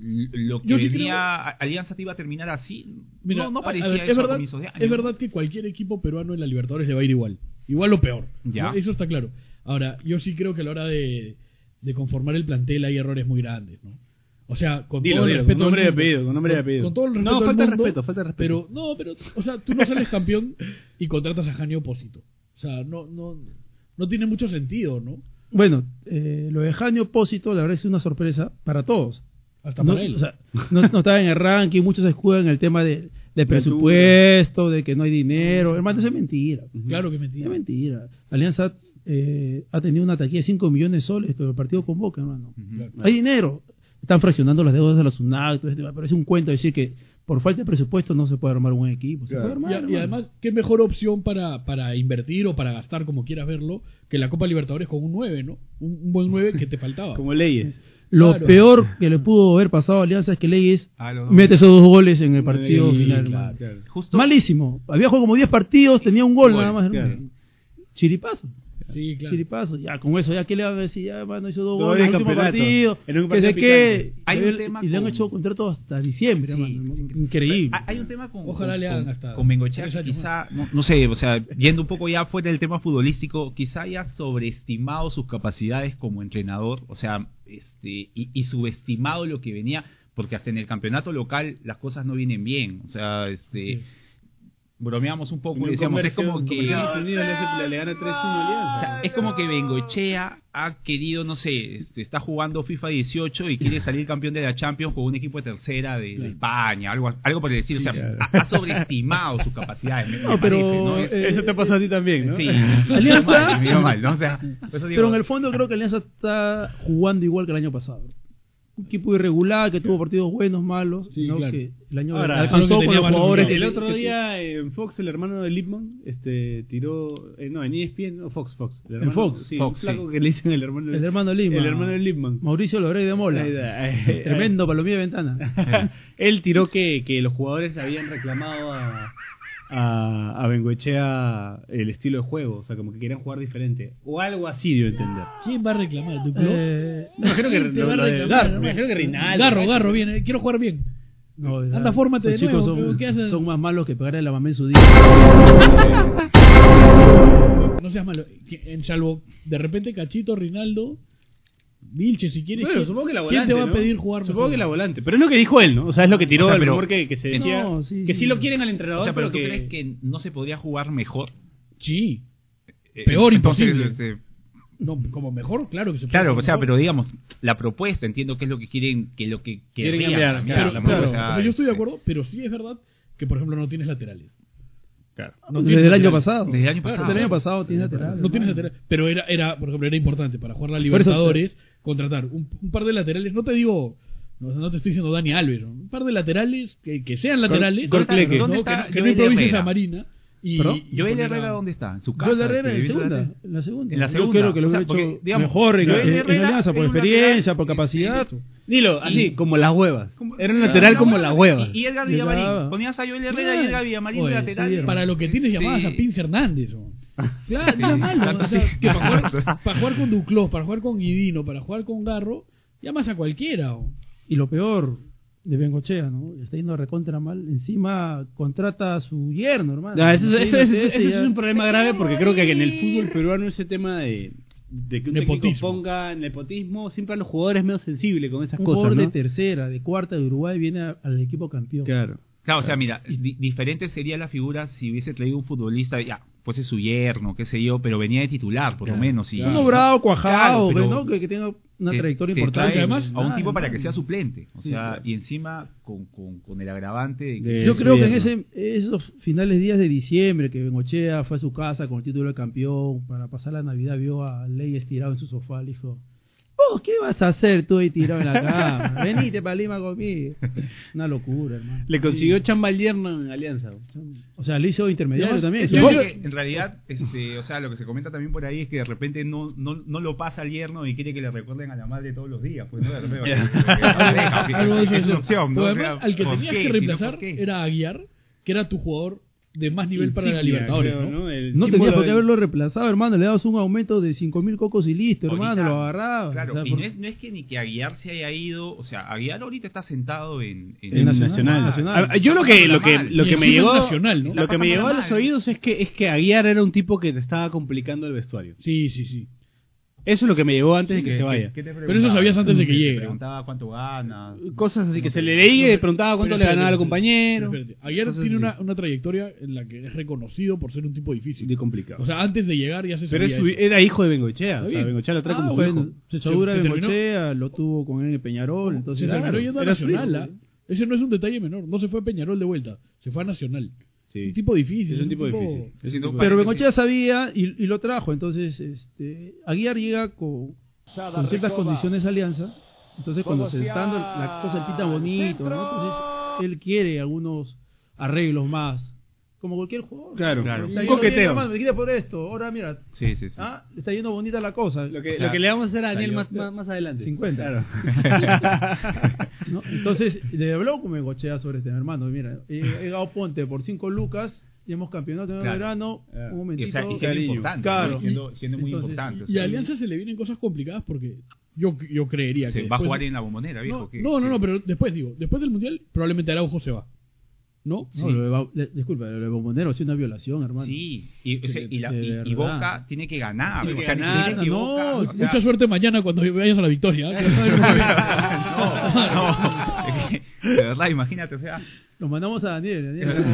C: l- lo que
E: Yo sí
C: venía
E: creo-
C: a- Alianza te iba a terminar así.
E: Mira,
C: no, no
E: a- a
C: parecía
E: ver,
C: eso
E: es
C: a
E: verdad,
C: comienzos de año.
E: es verdad que cualquier equipo peruano en la Libertadores le va a ir igual. Igual o peor.
C: Ya.
E: ¿no? Eso está claro. Ahora, yo sí creo que a la hora de, de conformar el plantel hay errores muy grandes, ¿no? O sea, con
B: Dilo,
E: todo el
B: dilo,
E: respeto
B: con nombre y
E: del mundo-
B: apellido, con nombre y
E: con-
B: apellido.
E: con todo el respeto
B: No,
E: del
B: falta de
E: mundo,
B: respeto, falta de respeto.
E: Pero, no, pero, o sea, tú no sales campeón y contratas a Jani Opósito. O sea, no, no, no tiene mucho sentido, ¿no?
A: Bueno, eh, lo de Jani Opósito, la verdad es una sorpresa para todos.
E: Hasta
A: no,
E: para él.
A: o sea, no, no estaba en el ranking, muchos se escudan en el tema de, de presupuesto, de que no hay dinero. Hermano, eso es mentira.
E: claro que es
A: Es
E: mentira.
A: mentira. Alianza eh, ha tenido una taquilla de 5 millones de soles, pero el partido convoca, hermano.
E: Claro.
A: Hay dinero. Están fraccionando las deudas de los SUNAT, todo este tema, pero es un cuento decir que por falta de presupuesto no se puede armar un buen equipo. Se
B: Claro.
A: puede armar,
E: Y, a- y
A: hermano.
E: además, ¿qué mejor opción para, para invertir o para gastar, como quieras verlo, que la Copa Libertadores con un 9, ¿no? Un, un buen 9 que te faltaba.
B: Como leyes.
A: lo
E: claro.
A: peor que le pudo haber pasado a Alianza es que Leyes
C: A los-
A: mete esos dos goles en el partido
B: Sí,
A: final.
E: claro.
A: hermano.
C: Justo,
A: Malísimo. Había jugado como 10 partidos, tenía un gol
C: Gol,
A: nada más. hermano.
B: claro.
A: Chiripazo.
E: Sí, claro.
A: Chiripazo. Ya, con eso, ya que le van a decir, ya, hermano, hizo dos
B: Todo
A: goles en
B: el
A: el último
B: campeonato.
A: partido.
B: En un
A: que
B: partido
A: sé qué.
B: picante.
A: Y
C: Hay un
A: le-
C: tema
A: y le han
C: con-
A: hecho contrato hasta diciembre,
C: Sí,
A: hermano.
C: es
A: Increíble.
C: Ah, Hay un tema con,
E: Ojalá
C: con-
E: le hagan
C: con-
E: hasta
C: con Bengochea
E: tres
C: que
E: años
C: quizá, no, no sé, o sea, yendo un poco ya fuera del tema futbolístico, quizá haya sobreestimado sus capacidades como entrenador, o sea, este, y, y subestimado lo que venía, porque hasta en el campeonato local las cosas no vienen bien, o sea, este,
E: Sí.
C: bromeamos un poco
B: Con
C: y
B: un
C: decíamos, es
B: conversión,
C: como que...
B: Comerciales Unidos le hace- le, le gana 3-1 a
C: O
B: Alianza.
C: sea, es como que Bengochea ha querido, no sé, este, está jugando FIFA 18 y quiere salir campeón de la Champions con un equipo de tercera de, de España, algo, algo por el estilo. O sea, ha, ha sobreestimado sus capacidades. me- me
A: No, pero,
C: parece, ¿no? Es-
A: eh,
B: Eso te pasó a ti también, ¿no?
C: sí,
A: Alianza-
C: mal, me dio mal, ¿no? O sea, por eso digo,
A: Pero en el fondo creo que Alianza está jugando igual que el año pasado. Un equipo irregular que tuvo partidos buenos, malos,
E: Sí,
A: ¿no?
E: claro.
A: que el año
B: Ahora,
A: alcanzó
E: creo que
A: con
E: tenía
A: los
E: malos
A: jugadores.
B: El
A: que-
B: otro
A: que-
B: día en Fox, el hermano de Lipman, este, tiró, eh, no, en ESPN, o Fox, Fox. El hermano,
A: Fox,
B: sí,
C: Fox,
B: un flaco
C: sí.
B: que le dicen el hermano,
A: el hermano Lima.
B: El hermano de Lipman.
A: Mauricio Lorey de Mola.
B: Ahí da, ahí- ahí-
A: Tremendo palomilla de ventana.
B: Él tiró que, que los jugadores habían reclamado a, a, a Bengoechea el estilo de juego, o sea, como que querían jugar diferente, o algo así, dio a entender.
E: ¿Quién va a reclamar? ¿Tu
A: Eh,
B: Me imagino que,
E: Te va a
B: lo de-
E: reclamar,
B: me imagino que
E: hermano.
B: Reinaldo.
E: Garro, garro, viene. Quiero jugar bien.
A: no, de
E: Anda,
A: verdad,
E: fórmate
A: esos
E: de
A: chicos
E: nuevo,
A: son,
E: ¿qué haces?
A: son más malos que pagarle a la mamá en su día.
E: No seas malo. Que- En salvo, de repente Cachito, Rinaldo, Vilche, si quieres.
B: Bueno,
E: ¿quién-
B: supongo que la
E: ¿Quién
B: volante.
E: te va
B: ¿no?
E: a pedir jugar
B: Supongo
E: mejor?
B: que la volante. Pero es lo que dijo él, ¿no? O sea, es lo que tiró
C: O sea,
B: el
C: pero-
B: rumor que, que se decía.
A: No, sí,
B: que
A: sí.
B: sí lo quieren al entrenador,
C: o sea, pero ¿tú
B: pero, que.
C: crees que no se podría jugar mejor?
E: Sí.
C: Eh,
E: Peor,
C: entonces,
E: imposible.
C: este,
E: No, como mejor, claro que se puede.
C: Claro, o sea,
E: Mejor.
C: pero digamos, la propuesta, entiendo que es lo que quieren, que lo que
B: Quieren
C: querrían
B: cambiar,
E: Pero,
B: claro,
C: la
E: claro,
C: propuesta,
E: o sea, yo estoy de
C: este,
E: acuerdo, pero sí es verdad que, por ejemplo, no tienes laterales.
B: Claro.
A: desde
E: No
A: el
E: tienes
A: año
E: laterales.
A: pasado.
C: Desde el año pasado.
A: Desde el año pasado tiene lateral.
E: No tienes
A: hermano.
E: laterales. Pero era, era, por ejemplo, era importante para jugar la
A: Por eso-
E: Libertadores contratar un, un par de laterales. No te digo, no, no te estoy diciendo Dani Alves, ¿no? un par de laterales que, que sean laterales.
B: Cor- Corcleque.
E: ¿no?
C: ¿Dónde
E: Que
C: está
E: no- que no
C: Joel
E: improvises
C: Herrera?
E: a Marina. Y,
A: ¿Perdón?
E: y
C: Joel
E: poner a-
C: Herrera, ¿dónde está? ¿En su casa?
A: Yo la Herrera en
C: ¿Televisa
A: segunda,
C: Herrera?
A: en la segunda.
C: En la
A: Yo
C: segunda.
A: creo que lo
C: O sea,
A: hubiera
C: porque,
A: hecho
C: digamos,
A: mejor en,
C: Joel
A: en- en
C: Herrera
A: Alianza, por
C: era un
A: experiencia,
C: lateral,
A: por
C: eh,
A: capacidad.
C: eh,
B: Dilo, así,
C: Y-
B: como Ah, las huevas.
C: Como-
B: Era un lateral como las huevas.
C: Y, y Edgar
A: Llegaba.
C: Villamarín. Ponías a Joel Herrera y Edgar Villamarín de
E: Oye,
C: lateral.
E: sí, para lo que tienes llamadas a Pince Hernández. ¿no? Claro, no es malo,
C: tanto
E: o sea,
C: así.
E: que para, jugar, para jugar con Duclos, para jugar con Guidino, para jugar con Garro, llamas a cualquiera. ¿o?
A: Y lo peor de Bengochea, ¿no? Le está yendo recontra mal. Encima contrata a su yerno, hermano.
B: No, Ah, eso, eso- eso-
A: Imagínate,
B: eso
A: ese
B: es
A: ya-
B: un problema grave porque creo que en el fútbol peruano ese tema de, de que un técnico
E: Nepotismo.
B: ponga nepotismo siempre a los jugadores medio sensibles con esas
A: un
B: cosas,
A: jugador
B: ¿no?
A: de tercera, de cuarta de Uruguay viene a- al equipo campeón.
B: Claro.
C: Claro, o sea, mira, di- diferente sería la figura si hubiese traído un futbolista, ya, fuese su yerno, qué sé yo, pero venía de titular, por lo menos. Y,
A: Uno bravo, cuajado,
C: Claro, pero-
A: ¿no? Que, que tenga una
C: te-
A: trayectoria
C: te
A: importante.
C: trae
E: además,
C: a un
A: Nada,
C: tipo para
A: hermano.
C: que sea suplente. O
A: Sí,
C: sea,
A: claro.
C: y encima con, con, con el agravante de que-
B: De-
A: Yo
B: su
A: creo que en
B: yerno.
A: ese, esos finales días de diciembre que Bengochea fue a su casa con el título de campeón para pasar la Navidad, vio a Ley estirado en su sofá, le dijo, "Oh, ¿Qué vas a hacer tú ahí tirado en la cama? Venite para Lima conmigo. Una locura, hermano.
B: Le consiguió chamba al yerno en Alianza.
A: O sea, le hizo intermediario
E: Digamos,
A: también.
E: es
A: su
E: yo-
A: voz.
E: yo-
A: Pero
C: En realidad, este, o sea, lo que se comenta también por ahí es que de repente no, no, no lo pasa al yerno y quiere que le recuerden a la madre todos los días. Pues no, de repente, no deja, pues,
E: Algo de eso,
C: es
E: sí.
C: una opción, ¿no?
E: Pero
C: O sea,
E: además, al que
C: ¿por
E: tenías
C: qué?
E: que
C: Si no,
E: reemplazar
C: ¿por qué?
E: era Aguiar, que era tu jugador de más nivel para la
B: Insignia,
E: Libertadores,
B: creo,
E: ¿no?
B: El
A: No
B: símbolo
A: tenías por qué
B: del-
A: haberlo reemplazado, hermano. Le dabas un aumento de 5.000 cocos y listo,
C: Ahorita,
A: hermano. Lo agarrabas.
C: Claro,
A: O sea,
C: y
A: por-
C: no es, no es que ni que Aguiar se haya ido, o sea, Aguiar ahorita está sentado en, en-
A: En
B: el
A: Nacional.
B: Nacional.
A: Nacional.
B: Ah, yo lo que lo que lo
E: Y
B: que me
E: encima
B: llegó
E: es nacional, ¿no?
B: lo que me llegó a los
C: mal.
B: oídos es que es que Aguiar era un tipo que te estaba complicando el vestuario.
E: Sí, sí, sí.
B: Eso es lo que me llegó antes de que,
C: ¿Qué-
B: se vaya.
C: qué te
E: Pero eso sabías antes de que
C: Te
E: llegue.
C: preguntaba cuánto gana.
B: Cosas así que se le leía y le eh, preguntaba cuánto
E: Pero
B: le
E: espérate,
B: ganaba al
E: espérate,
B: compañero.
E: espérate. Aguiar
B: Cosas
E: tiene
B: así.
E: una, una trayectoria en la que es reconocido por ser un tipo difícil.
B: De complicado.
E: O sea, antes de llegar ya se
B: pero
E: sabía
B: es su-
E: eso.
B: era hijo de Bengochea.
E: Está
B: O sea,
E: bien.
B: Bengochea lo trae
E: Ah,
B: como su
E: bueno.
B: hijo.
A: Se sobra
E: se
A: de
E: terminó-
A: Mochea, lo tuvo con él en Peñarol.
E: se
A: Entonces,
E: terminó
A: claro,
E: yendo a
A: era su
E: Nacional.
A: hijo,
E: ¿ah? Ese no es un detalle menor. No se fue a Peñarol de vuelta. Se fue a Nacional.
B: Sí.
E: Un tipo difícil.
B: Es un tipo difícil. Es un
C: Siendo
B: tipo-
A: Pero
C: Parece
A: Bengochea sabía y, y lo trajo. Entonces, este, Aguiar llega con, con ciertas condiciones de alianza. Entonces, cuando se está dando la cosa el pita bonito, ¿no? Entonces, él quiere algunos arreglos más. Como cualquier jugador.
B: Claro,
A: Está
C: Claro.
B: un
A: yendo bien,
B: coqueteo.
A: hermano, me quita por esto. Ahora, mira,
C: Sí, sí, sí.
A: ah, le está yendo bonita la cosa.
B: Lo que,
C: O sea,
B: lo que le vamos a hacer a Daniel
C: salió-
B: más, más, más adelante.
A: 50.
B: Claro.
A: ¿no? Entonces, le habló con Bengochea sobre este hermano. Mira, eh, he he llegado Ponte por 5 lucas, y hemos campeonato en el
C: Claro.
A: verano.
B: Ah.
A: Un
C: Y,
A: momentito.
C: o sea, y siendo
B: Cariño.
C: importante.
A: Claro.
C: ¿no? Siendo, siendo muy
A: Entonces,
C: importante. o
E: Y
C: sea,
E: a Alianza se le vienen cosas complicadas porque yo, yo creería
C: se
E: que.
C: va a
E: después-
C: jugar en la bombonera, viejo.
E: Pues no,
C: ¿qué-
E: no, no,
C: qué-
E: no, pero después digo, después del mundial probablemente Araujo se va. ¿No?
A: No, lo de Ba- le- disculpa, lo de Bombonero ha sido una violación, hermano.
C: Sí, y, o sea, y, la-
A: de
C: y-
A: verdad.
C: y Boca tiene que ganar.
B: Tiene que
C: o sea,
B: ganar,
C: tiene que
A: no,
C: Boca- Ah, o sea,
E: Mucha suerte mañana cuando vayas a la victoria. ¿eh? Que no sabes cómo viene.
C: no, es que, de verdad, imagínate, o sea,
A: Lo mandamos a Daniel. Daniel.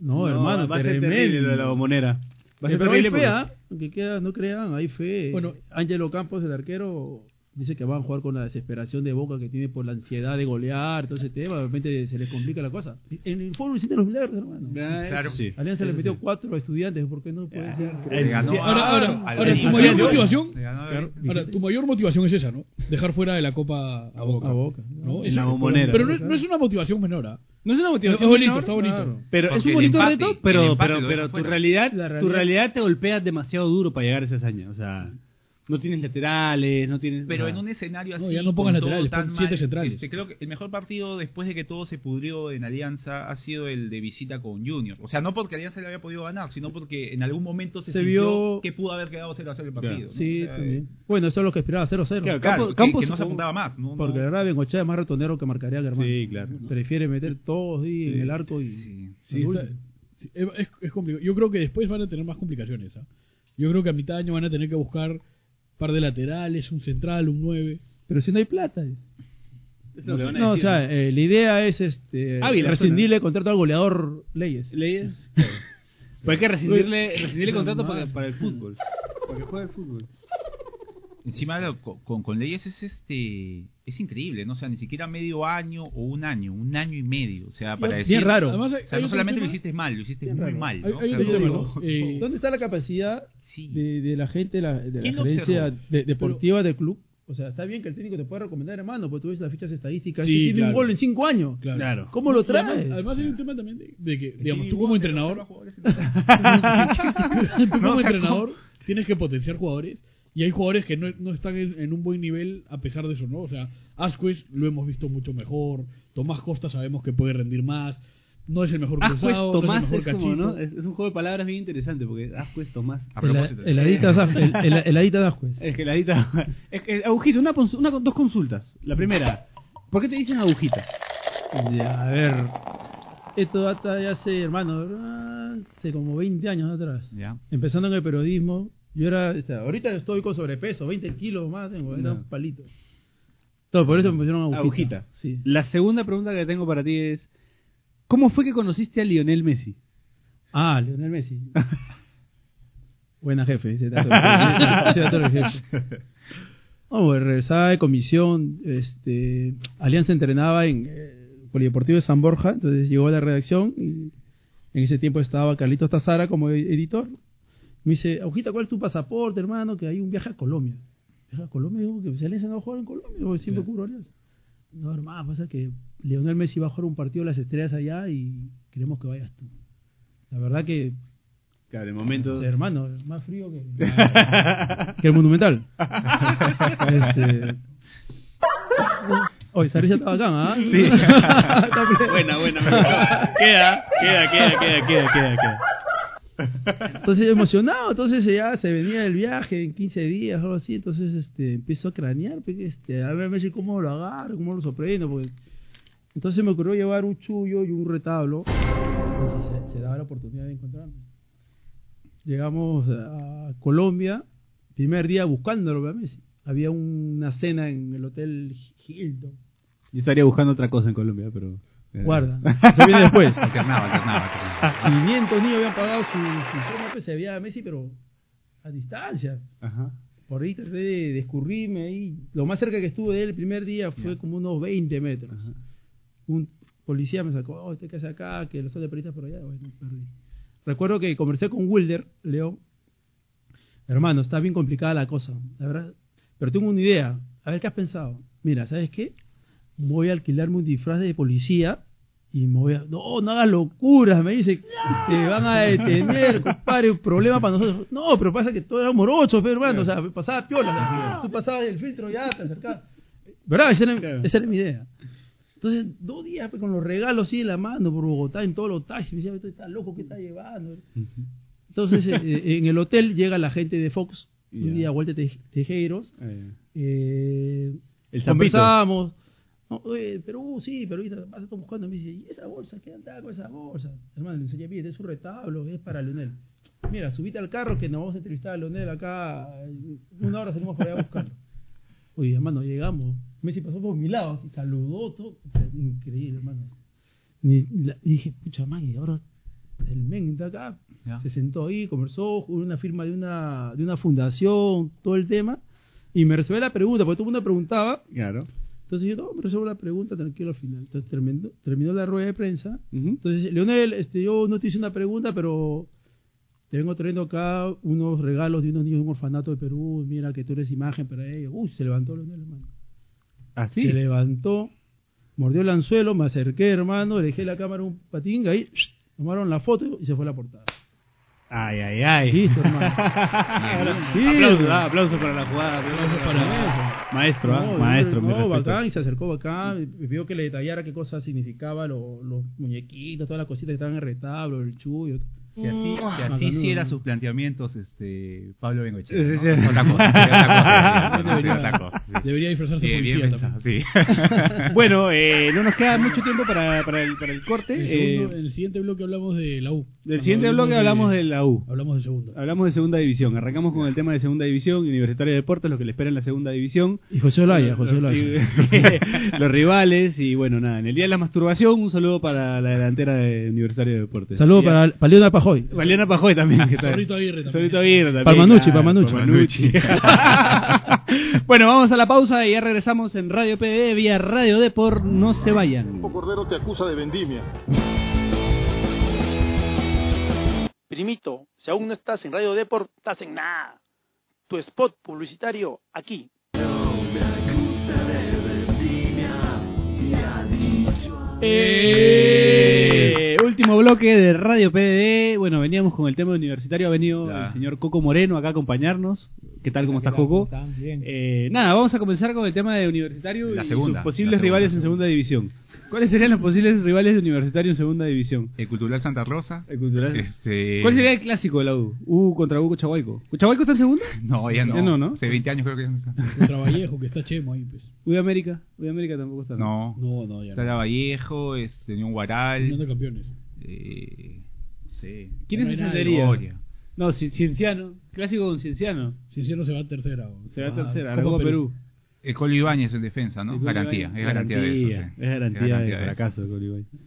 A: no, hermano,
B: va a ser
A: tremendo.
B: terrible lo de la bombonera. Va a
A: Eh,
B: ser
A: pero hay fe,
B: terrible porque-
A: ¿ah? aunque queda- no crean, hay fe.
E: Bueno.
A: Ángelo Campos, el arquero, dice que van a jugar con la desesperación de Boca que tiene por la ansiedad de golear, todo ese tema, de repente se les complica la cosa. En el fútbol hiciste los milagros, hermano.
B: Ah, eso
C: Claro.
B: sí.
A: Alianza le metió cuatro a estudiantes, ¿por qué no puede ser?
C: le ganó
B: sí.
C: a-
E: Ahora, ahora,
C: al
E: ahora, tu
C: Benfica.
E: mayor motivación.
C: Le ganó a-
E: Ahora, tu mayor motivación es esa, ¿no? Dejar fuera de la Copa a Boca.
A: A Boca.
E: ¿no?
B: En
E: Esa-
B: la bombonera.
E: Pero no, no es una motivación menor. ¿ah?
B: No es una
E: Está
B: motivación.
E: bonito,
B: menor,
E: está bonito.
A: claro.
B: Pero es
C: Porque
B: un
C: el
B: bonito
C: empate,
B: reto,
C: el
B: pero,
C: empate
B: pero,
C: lo
B: pero
C: deja
B: tu
C: fuera.
B: realidad,
A: La
B: tu
A: realidad-
B: realidad te golpea demasiado duro para llegar a esa hazaña. O sea, no tienes laterales, no tienes.
C: Pero
B: o sea,
C: en un escenario así.
E: No, ya no pongas
C: con todo
E: laterales,
C: tan
E: pon siete
C: mal,
E: centrales.
C: este, creo que el mejor partido después de que todo se pudrió en Alianza ha sido el de visita con Junior. O sea, no porque Alianza le había podido ganar, sino porque en algún momento se,
A: Se
C: sintió
A: vio-
C: que pudo haber quedado 0 a 0 el
B: Claro.
C: partido. ¿no?
A: Sí,
C: O sea,
A: también. Bueno, eso es lo que esperaba, 0-0.
B: eh, Claro,
C: Claro,
B: Campos-
C: que-
B: Campos
C: que, no se
B: supongo-
C: apuntaba más. No,
A: Porque la
C: no,
A: verdad, Bengochea es más ratonero que marcaría hermano.
B: Sí, claro.
A: Prefiere meter todos ahí en el arco y.
C: sí.
E: Sí, está- sí, es, es complicado. Yo creo que después van a tener más complicaciones. ¿ah? Yo creo que a mitad de año van a tener que buscar par de laterales, un central, un 9.
A: Pero si no hay plata. eh.
B: es lo
A: No,
B: que van a
A: o
B: decir,
A: sea, eh, la idea es este
B: Ávila,
A: rescindirle el contrato al goleador Leyes.
B: leyes. Pero hay que rescindirle, rescindirle contrato para, para el fútbol. Para que juegue el fútbol.
C: Encima lo- con, con- con leyes es este es increíble, ¿no? O sea, ni siquiera medio año o un año, un año y medio. O sea, para
A: bien
C: decir.
A: raro.
E: Además, hay-
C: O sea,
E: hay
C: no
E: otro
C: solamente lo
E: tema-
C: hiciste mal, lo hiciste
A: Bien
C: muy
A: raro.
C: mal. ¿no?
E: Hay-
C: O
E: hay
C: sea,
E: otro
C: no-
E: tema, ¿no? Eh,
A: ¿Dónde está la capacidad
C: Sí.
A: de, de la gente, la- de la
C: ¿Quién
A: gerencia
C: observó?
A: de- deportiva del club? O sea, está bien que el técnico te pueda recomendar, hermano, porque tú ves las fichas estadísticas.
E: Sí,
A: y tiene un
E: claro.
A: gol en cinco años.
E: Claro.
A: ¿Cómo lo
E: Y además-
A: traes?
E: Además, hay un tema también de, de que, digamos, tú como entrenador, tú
C: No,
E: como
C: o sea,
E: entrenador tienes que potenciar jugadores y hay jugadores que no, no están en, en un buen nivel a pesar de eso, ¿no? O sea, Asquez lo hemos visto mucho mejor, Tomás Costa sabemos que puede rendir más, no es el mejor
B: Ascuez
E: cruzado,
B: Tomás
E: no es el
B: es,
E: mejor
B: como,
E: cachito.
B: ¿no? Es, es un juego de palabras bien interesante porque Ascuez Tomás.
C: A
A: El,
C: propósito.
A: el adicta Zaf- el- el- el adicta Dazquez.
B: Es que la dita. Es que, agujita, una, cons- una- dos consultas. La primera, ¿por qué te dicen agujita?
A: Ya, a ver. Esto data de hace, hermano, ah, hace como 20 años atrás.
C: Ya.
A: Empezando en el periodismo, yo era. o sea, ahorita estoy con sobrepeso, 20 kilos más tengo, era
B: No.
A: un palito. Todo, por eso me pusieron agujita.
B: Agujita.
A: Sí.
B: La segunda pregunta que tengo para ti es: ¿Cómo fue que conociste a Lionel Messi?
A: Ah, Leonel Messi. Buena jefe, ese dato ese dato del jefe. No, pues, regresaba de comisión, este, Alianza entrenaba en eh, Polideportivo de San Borja, entonces llegó a la redacción y en ese tiempo estaba Carlitos Tazara como e- editor
E: Me dice, Agujita, ¿cuál es tu pasaporte, hermano? Que hay un viaje a Colombia. Viaje a Colombia, digo, que se le a jugar en Colombia, porque siempre cubro Alianza. No, hermano, pasa que Leonel Messi va a jugar un partido de las estrellas allá y queremos que vayas tú. La verdad que,
B: Claro, el momento.
E: hermano, es más frío que, que el Monumental. este... Oye, Sarilla está bacán, ¿ah? Sí.
B: buena, buena, me gustó. Ah, Queda, queda, queda, queda, queda, queda. queda.
E: Entonces emocionado, entonces ya se venía del viaje en 15 días algo así, entonces este empezó a cranear, pues, este, a ver Messi cómo lo agarro, cómo lo sorprendo, porque entonces me ocurrió llevar un chullo y un retablo, entonces se, se daba la oportunidad de encontrarme. Llegamos a Colombia, primer día buscándolo a Messi. Había una cena en el hotel Hilton.
B: Yo estaría buscando otra cosa en Colombia, pero. eh,
E: Guarda, se viene después.
C: Alternaba, alternaba, alternaba.
E: 500 niños habían pagado su, su cena, pues se veía a Messi, pero a distancia.
B: Ajá.
E: Por ahí traté de, de escurrirme ahí. Lo más cerca que estuve de él el primer día fue como unos 20 metros. Un policía me sacó, oh, este que hace acá, que los de peritas por allá. Bueno, perdí. Recuerdo que conversé con Wilder, Leo. Hermano, está bien complicada la cosa, la verdad. Pero tengo una idea. A ver, ¿qué has pensado? Mira, ¿sabes qué? Voy a alquilarme un disfraz de policía y me voy a... No, no hagas locuras, me dice. Te van a detener, compadre, un problema para nosotros. No, pero pasa que todos éramos morochos, pero pues, hermano, o sea, pasaba piola. o sea, Tú pasabas del filtro ya, te acercabas. ¿Verdad? Esa era, esa era mi idea. Entonces, dos días pues, con los regalos así en la mano por Bogotá, en todos los taxis. Me decía, "Tú estás loco, ¿qué estás llevando? Entonces, eh, en el hotel llega la gente de Fox,
B: Ya.
E: un día Walter Tej- Tejeiros.
B: Eh,
E: Eh,
B: El Zampito.
E: conversábamos. No, oye, Perú, sí, Perú, vas a buscando. Me dice, ¿y esa bolsa? ¿Qué andaba con esa bolsa? Hermano, le enseñé, mire, es un retablo, es para Leonel. Mira, subite al carro que nos vamos a entrevistar a Leonel acá. en Una hora salimos para allá a buscarlo. Oye, hermano, llegamos. Messi pasó por mi lado, así, saludó todo. Puta, Increíble, hermano. Y, la- y dije, pucha, man, y ahora el men está acá.
C: Ya.
E: Se sentó ahí, conversó, hubo una firma de una, de una fundación, todo el tema. Y me resolvió la pregunta, porque todo el mundo preguntaba.
B: claro.
E: Entonces yo, no, me resuelvo la pregunta tranquilo al final. Entonces terminó, terminó la rueda de prensa.
B: Ujú.
E: Entonces, Leonel, este, yo no te hice una pregunta, pero te vengo trayendo acá unos regalos de unos niños de un orfanato de Perú. Mira que tú eres imagen para ellos. Uy, se levantó Leonel, hermano.
B: Así.
E: Se levantó, mordió el anzuelo, me acerqué, hermano, le dejé la cámara un patín, ahí tomaron la foto y se fue a la portada.
B: Ay, ay, ay.
E: Listo, hermano. Sí,
B: aplausos,
E: hermano.
B: ah, aplausos para la jugada. Aplausos para
E: para
B: Maestro, ah,
E: No,
B: maestro,
E: no,
B: mi respeto.
E: bacán, y se acercó bacán, y me pidió que le detallara qué cosa significaba lo- los muñequitos, todas las cositas que estaban en el retablo, el chullo.
C: Que así, que así
E: Macanudo.
C: hiciera sus planteamientos este, Pablo Bengoechea. ¿no?
B: Sí, sí.
C: Otra cosa,
B: Ah,
C: sería otra cosa. sería otra cosa, sí.
H: Debería disfrazarse de
C: Sí, bien
H: policía
C: pensado,
H: también.
C: sí.
B: Bueno, eh, no nos queda mucho tiempo para, para, el, para el corte.
H: En el,
B: eh,
H: segundo- en el siguiente bloque hablamos de la U.
B: del siguiente bloque hablamos de la U.
H: Hablamos de segunda.
B: Hablamos de segunda división. Arrancamos con el tema de segunda división, Universitario de Deportes, lo que le espera en la segunda división.
E: Y José Olaya, José
B: los,
E: Olaya.
B: y- los rivales y bueno, nada, en el Día de la Masturbación, un saludo para la delantera de Universitario de Deportes.
E: Saludos
B: Y a-
E: para, para Leona Pajoy.
B: Valiana Pajoy también. que está-
H: Zorrito Aguirre también.
B: Zorrito Aguirre también.
E: Palmanucci,
B: claro,
E: Palmanucci.
B: Palmanucci. bueno, vamos a la pausa y ya regresamos en Radio PDE vía Radio Deport. No se vayan.
I: Cordero te acusa de vendimia.
A: Primito, si aún no estás en Radio Deport, estás en nada. Tu spot publicitario aquí.
B: Eh, último bloque de Radio PDE. Bueno, veníamos con el tema universitario. Ha venido
C: Ya.
B: el señor Coco Moreno acá a acompañarnos. ¿Qué tal? ¿Cómo estás, Coco? Eh, nada, vamos a comenzar con el tema de universitario
C: La
B: y
C: segunda,
B: sus posibles
C: la segunda.
B: rivales en segunda división. ¿Cuáles serían los posibles rivales de universitario en segunda división?
C: El Cultural Santa Rosa.
B: El cultural.
C: Este...
E: Eh.
B: ¿Cuál sería el clásico de la U? U contra U Cuchahuayco. ¿Cuchahuayco está en segunda?
C: No, ya no.
B: Ya no, ¿no?
C: Hace 20 años creo que ya no está.
H: Contra Vallejo, que está Chemo ahí, pues.
B: U de América. U de América tampoco está.
C: No.
H: No, no, ya
C: Está
H: no.
C: la Vallejo, es Unión
H: Unión de
C: Guaral.
H: campeones.
C: Eh, sí.
B: ¿Quién
H: No
B: se
H: hay nadie.
B: sentaría? No, Ci- Cienciano. Clásico con Cienciano.
H: Cienciano se va a tercera. o
B: Será
E: Ah,
H: va a
B: tercera,
H: Copa
B: la Copa Perú.
C: El Colo Ibáñez en defensa, ¿no?
B: El gol
C: Garantía,
B: Ibañez.
C: es garantía de eso. sí.
B: Es garantía de
C: eso.
B: fracaso el gol Ibañez.
H: Yo,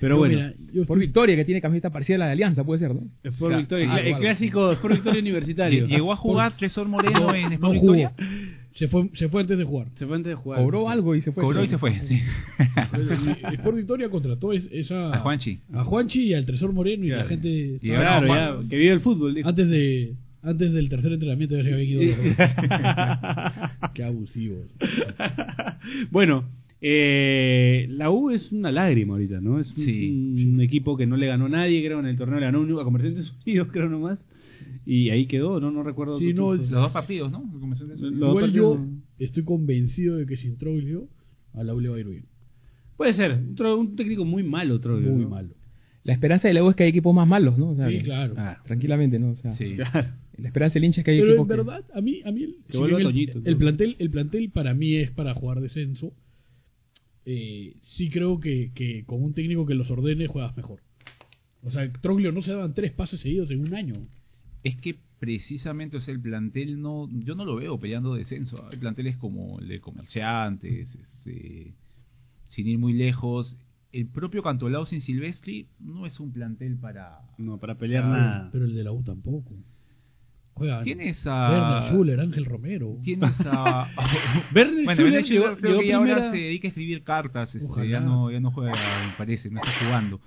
B: Pero bueno,
H: mira, yo
J: Por
H: estoy-
J: victoria, que tiene camiseta parcial a la Alianza, puede ser, ¿no?
B: Sport
C: Claro.
B: Victoria,
J: Ah,
B: el
J: igual.
B: clásico Sport Victoria Universitario.
C: Lle- Llegó a jugar Tresor Moreno en
H: no
C: Sport
H: jugó.
C: Victoria.
E: Se fue, se fue antes de jugar.
B: Se fue antes de jugar.
K: Cobró algo y se fue.
C: Cobró y se fue, sí.
E: El Sport Victoria contrató es- esa,
C: A Juanchi.
E: a Juanchi y al Tresor Moreno y
C: Claro.
E: la gente
C: Y ahora
B: Claro,
C: Juan-
B: ya, que vive el fútbol, dijo.
E: antes de antes del tercer entrenamiento ya se había ido. Qué abusivo.
B: bueno, eh, la U es una lágrima ahorita, ¿no? Es un,
C: Sí,
B: un equipo que no le ganó a nadie, creo, en el torneo le ganó un- a Comerciantes Unidos, creo nomás. Y ahí quedó, ¿no? No recuerdo.
E: Sí,
B: otro
E: no,
B: triunfo.
E: es-
C: Los dos partidos, ¿no? Comenzó eso.
B: Lo-
E: Igual
B: partidos-
E: yo estoy convencido de que sin Troglio a la U le va a ir bien.
B: Puede ser, un, tro- un técnico muy malo, Troglio.
E: Muy
B: ¿no?
E: malo.
K: La esperanza de la U es que hay equipos más malos, ¿no? O sea,
E: Sí,
K: que- ah,
E: claro.
C: Claro.
K: Tranquilamente, ¿no? O sea,
C: Sí.
B: Claro.
K: La esperanza del hincha es que hay
E: Pero en
K: equipos que-
E: verdad, a mí, a mí el, si
B: vuelva
E: bien el-
B: Toñito,
E: el
B: creo.
E: plantel, el plantel para mí es para jugar descenso. Eh, sí creo que, que con un técnico que los ordene juegas mejor. O sea, Troglio no se daban tres pases seguidos en un año.
C: Es que precisamente, o sea, el plantel no, yo no lo veo peleando descenso. Hay planteles como el de comerciantes, este, sin ir muy lejos. El propio Cantolao sin Silvestri no es un plantel para...
B: No, para pelear
C: Claro,
B: nada.
E: Pero el de la U tampoco. Juegan
C: Tienes
E: Werner
C: a...
E: Schuller, Ángel Romero.
C: Tienes a...
B: Werner
C: bueno,
B: Schuller
C: Werner
B: llegó-
C: Schuller creo
B: llegó
C: que ya ahora
B: primera-
C: se dedica a escribir cartas. este,
E: Ojalá.
C: ya, no, ya no juega, me parece, no está jugando.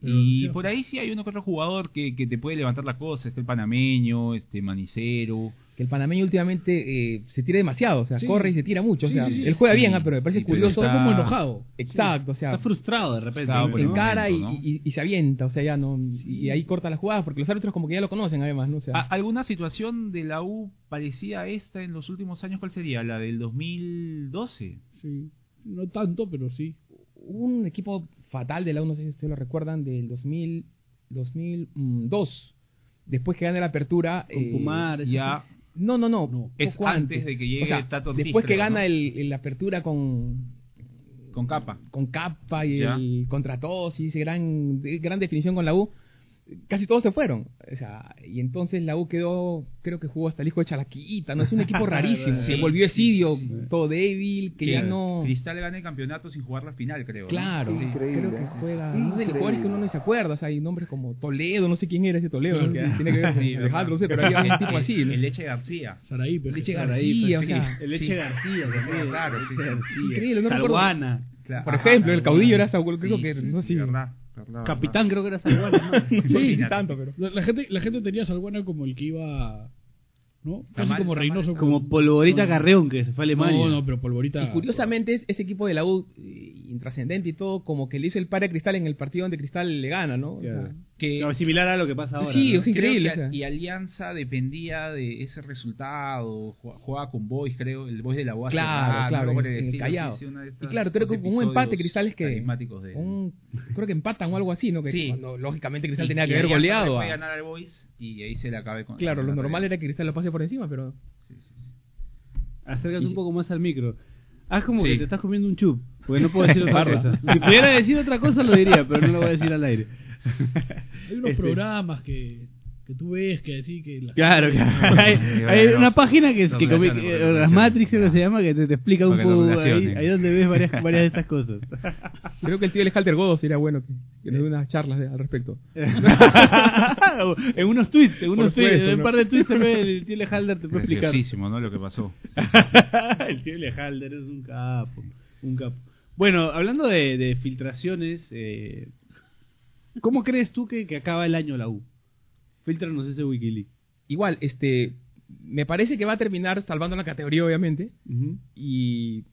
E: Pero,
C: Y
E: sí.
C: por ahí sí hay uno que otro jugador que, que te puede levantar la cosa. Está el panameño, este manicero.
K: que el panameño últimamente eh, se tira demasiado, o sea,
E: Sí.
K: corre y se tira mucho,
E: Sí,
K: o sea,
E: sí, sí,
K: él juega
C: sí,
K: bien, ah, pero me parece
C: sí, pero
K: curioso.
E: Está como
C: está-
E: enojado.
K: Exacto, o sea,
B: Está frustrado de repente.
C: Está por el
B: ¿no?
C: ca-
K: encara y,
C: ¿no?
K: y- y se avienta, o sea, ya no, y ahí corta las jugadas, porque los árbitros como que ya lo conocen además, ¿no? O sea,
C: A- ¿Alguna situación de la U parecía a esta en los últimos años? ¿Cuál sería? ¿La del 2012?
E: Sí. No tanto, pero sí.
K: hubo un equipo fatal de la U, no sé si ustedes lo recuerdan, del 2000, 2002, mm, después que gana la apertura.
B: Con
K: eh,
B: Pumar, ese-
C: Ya
K: No, no, no. poco
C: Es antes de que llegue
K: O sea,
C: Tato Ortiz,
K: Después que
C: creo,
K: gana
C: ¿no?
K: el- el- la apertura con,
C: con capa.
K: con capa y
C: Ya.
K: el contratos y ese gran, de- gran definición con la U, casi todos se fueron. O sea, y entonces la U quedó, creo que jugó hasta el hijo de Chalaquita, ¿no? Es un equipo rarísimo.
C: Sí,
K: se volvió Esidio,
C: sí, sí.
K: todo débil, que ya no.
C: Cristal gana el campeonato sin jugar la final, creo. ¿no?
K: Claro,
C: Sí.
K: creo que juega. no sé, jugadores que uno no se acuerda. O sea, hay nombres como Toledo, no sé quién era ese Toledo. No, sé si tiene que ver con
C: Sí,
K: Alejandro,
C: verdad.
K: no sé, pero había un tipo
C: El-
K: así. ¿no?
C: El Leche García.
E: Saraí, pero
K: Leche
E: Saraí.
K: García, o sea.
B: El Eche García, también,
C: Claro,
B: Eche
C: sí.
B: García.
K: Increíble, no recuerdo.
B: Salguana.
C: Claro.
K: Por ejemplo, el caudillo era
C: Sí,
K: Saúl, creo que.
C: sí,
K: No sé
C: sí,
K: si.
C: verdad, verdad,
B: Capitán creo que era Salguana. ¿no?
K: No sé si
C: Imagínate.
K: tanto, pero.
E: La, la gente, la gente tenía a Salguana como el que iba. ¿No? Casi
C: mal,
E: como
C: está
E: Reynoso.
C: mal,
B: Como Polvorita Carreón, que se fue a Alemania.
E: No, no, pero Polvorita.
K: Y curiosamente, es- ese equipo de la U, eh, intrascendente y todo, como que le hizo el par a Cristal en el partido donde Cristal le gana, ¿no? O sea,
B: Claro.
C: Que-
B: No, similar a lo que pasa ahora.
K: sí,
B: ¿no?
K: o sea, increíble.
C: Creo que
K: o sea.
C: Y Alianza dependía de ese resultado. Ju- Jugaba con Boys, creo. El Boys de la Ah, UAS.
K: Claro, claro, en el Callao. Y claro, creo que con un empate, Cristal es que-
C: De...
K: Un- creo que empatan o algo así, ¿no? Que
C: Sí.
K: cuando, lógicamente Cristal
C: Y-
K: tenía
C: y
K: que haber
C: Alianza le
K: goleado.
C: puede
K: a-
C: ganar al Boys y ahí se le acabe con.
K: Claro,
C: con
K: lo
C: la
K: normal
C: tarea.
K: era que Cristal lo pase por encima, pero
C: Sí, sí, sí.
B: Acércate un poco más al micro. Haz como
C: Sí.
B: que te estás comiendo un chup. Porque no puedo decir otra cosa. Si pudiera decir otra cosa, lo diría, pero no lo voy a decir al aire.
E: Hay unos
B: Este.
E: programas que, que tú ves que así que. la-
B: Claro, claro. Hay, hay una página que, que comi- eh, las Matrix creo que se llama que te, te explica un
C: Para que no
B: poco ahí,
C: relacionen.
B: ahí donde ves varias, varias de estas cosas.
K: creo que el tío Alejandro Godo sería bueno que, que nos dé unas charlas de- al respecto.
B: en unos tweets, en unos
K: Por supuesto,
B: tweets, en un
K: ¿no?
B: par de tweets se ve el tío Lehalder te puede explicar.
C: Graciosísimo, ¿no? Lo que pasó. Sí.
B: el tío Lehalder es un capo, un capo. Bueno, hablando de, de filtraciones, eh, ¿cómo crees tú que, que acaba el año la U? Filtranos ese Wikileaks.
K: Igual, este. Me parece que va a terminar salvando la categoría, obviamente. y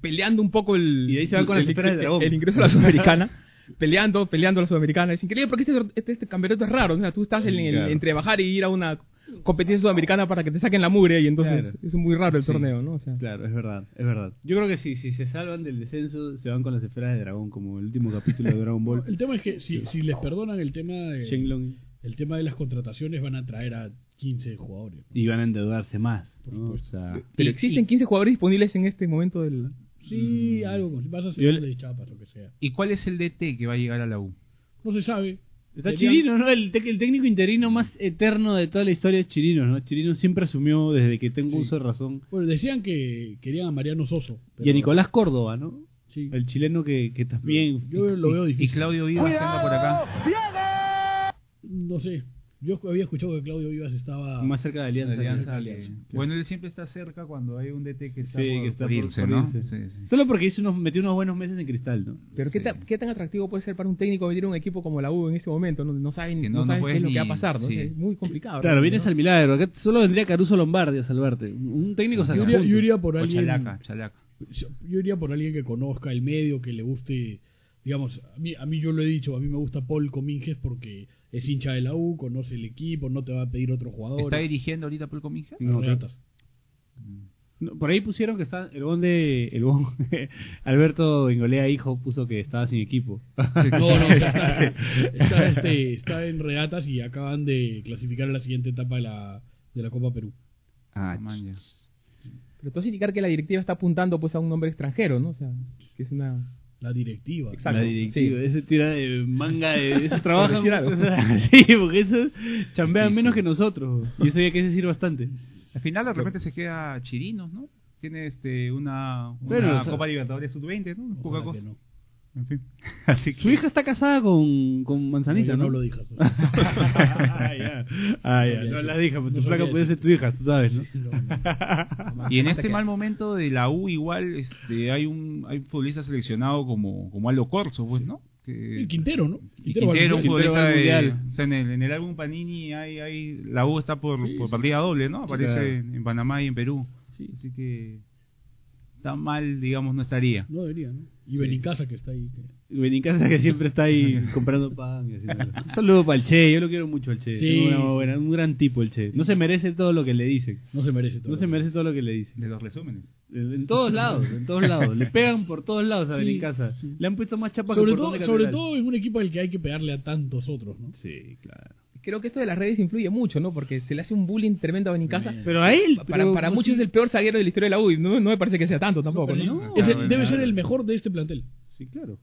K: peleando un poco el
B: Y de ahí se van con las
K: el-
B: esferas del
K: el-
B: dragón.
K: el ingreso a la sudamericana peleando peleando a la sudamericana es increíble porque este, este, este campeonato es raro o sea tú estás en, en-
C: Claro.
K: entre bajar y ir a una competencia sudamericana para que te saquen la mugre y entonces
B: Claro.
K: es muy raro el torneo no o sea
B: Claro, es verdad, es verdad. Yo creo que si, si se salvan del descenso, se van con las esferas de dragón, como el último capítulo de Dragon Ball.
E: El tema es que si, si les perdonan el tema de,
B: Shenlong.
E: el tema de las contrataciones, van a traer a 15 jugadores.
B: Y van a endeudarse más. ¿no? O sea,
K: pero
E: Y-
K: existen
E: y-
K: 15 jugadores disponibles en este momento del
E: Sí,
B: Mm.
E: algo con. Vas a
B: Yo
E: ser
B: le-
E: de chapas, lo que sea.
C: ¿Y cuál es el DT que va a llegar a la U?
E: No se sabe.
B: Está
E: Serían-
B: Chirino, ¿no? El, tec- el técnico interino más eterno de toda la historia es Chirino, ¿no? Chirino siempre asumió desde que tengo
E: Sí.
B: uso de razón.
E: Bueno, decían que querían a Mariano Soso.
B: Y
E: pero-
B: a Nicolás Córdoba, ¿no?
E: Sí.
B: El chileno que, que también...
E: Yo lo veo
C: Y
E: difícil.
C: Claudio Vivas que anda por acá.
E: No sé. Yo había escuchado que Claudio Vivas estaba.
B: Más cerca de Alianza.
C: Alianza
B: que-
C: que-
B: que-
C: Bueno, él siempre está cerca cuando hay un DT que está,
B: Sí,
C: por,
B: que está
C: por
B: por-
C: irse,
B: por
C: ¿no?
B: irse.
C: Sí, sí.
B: Solo porque hizo unos, metió unos buenos meses en cristal, ¿no?
K: Pero ¿qué,
C: Sí.
K: tan, qué tan atractivo puede ser para un técnico venir a un equipo como la U en este momento? No, no saben,
C: Que
K: no,
C: no- no
K: saben qué
C: puedes
K: es lo que va a
C: ni-
K: pasar, ¿no?
C: sí.
K: Es muy complicado.
B: Claro,
K: realmente,
B: vienes al milagro. Acá solo vendría Caruso Lombardi a salvarte. Un técnico
E: Yo iría,
B: sacapuntas.
E: yo iría por
C: O
E: alguien.
C: Chalaca, Chalaca.
E: Yo iría por alguien que conozca el medio, que le guste. Digamos, a mí, a mí yo lo he dicho, a mí me gusta Paul Cominges porque es hincha de la U, conoce el equipo, no te va a pedir otro jugador.
C: ¿Está dirigiendo ahorita Paul Comija?
E: No, ratas.
B: No, por ahí pusieron que está el bon de el bon Alberto Ingolea hijo puso que estaba sin equipo.
E: No, no, está, está, este, está en regatas y acaban de clasificar a la siguiente etapa de la, de la Copa Perú.
C: Ah, man, ya.
K: ¿no? Pero todo es indicar que la directiva está apuntando pues a un nombre extranjero, ¿no? O sea, que es una...
E: La directiva.
K: Exacto.
B: La directiva,
K: Sí.
B: ese tira de manga de eso
K: Por
B: trabajan.
K: decir algo.
B: sí, porque esos chambean
C: Difícil.
B: menos que nosotros. Y eso ya que decir bastante.
C: Al final de repente se queda Chirinos, ¿no? Tiene este una, una
B: Bueno, o sea-
C: Copa Libertadores Sub-20, ¿no? Poca
E: Ojalá que
C: cosa.
E: no.
C: En fin. Así que
B: Su hija está casada con, con Manzanita,
E: yo
B: ¿no?
E: no lo dije.
B: ah, ya. Ah, ya. No las dije, pues tu
E: No
B: flaca
E: sabía
B: puede ser tu hija, tú sabes, ¿no?
E: No, no.
C: Y en este mal momento de la U igual este hay un hay un futbolista seleccionado como como Aldo Corso, pues, ¿no? Que-
E: Y Quintero, ¿no?
C: y Quintero,
E: va al
C: un
E: Mundial.
C: futbolista
B: va al
C: de,
B: Mundial.
C: o sea, en, el, en el álbum Panini hay, hay la U está por, por partida doble, ¿no? Aparece
B: Claro.
C: en, en Panamá y en Perú. Así que tan mal, digamos, no estaría.
E: No debería, ¿no? Y Benincasa que está ahí. que-
B: Benincasa que siempre está ahí comprando pan y haciendo. Un saludo para el Che, yo lo quiero mucho al Che.
E: Sí,
B: Es una
E: sí.
B: buena- un gran tipo el Che. No se merece todo lo que le dicen.
E: No se merece todo.
B: No se merece todo lo que le dicen.
C: De los resúmenes.
B: En en todos lados, en todos lados. Le pegan por todos lados a Benincasa. Le han puesto más chapa
E: Sobre
B: que por
E: todo, sobre todo es un equipo al que hay que pegarle a tantos otros, ¿no?
B: Sí, claro.
K: Creo que esto de las redes influye mucho, ¿no? Porque se le hace un bullying tremendo a Benincasa.
B: Pero a él.
K: Para, para muchos es el peor zaguero de la historia de la U y no, no me parece que sea tanto tampoco, ¿no?
E: Es el-
C: Claro,
E: debe
C: claro.
E: ser el mejor de este plantel.
B: Sí, claro.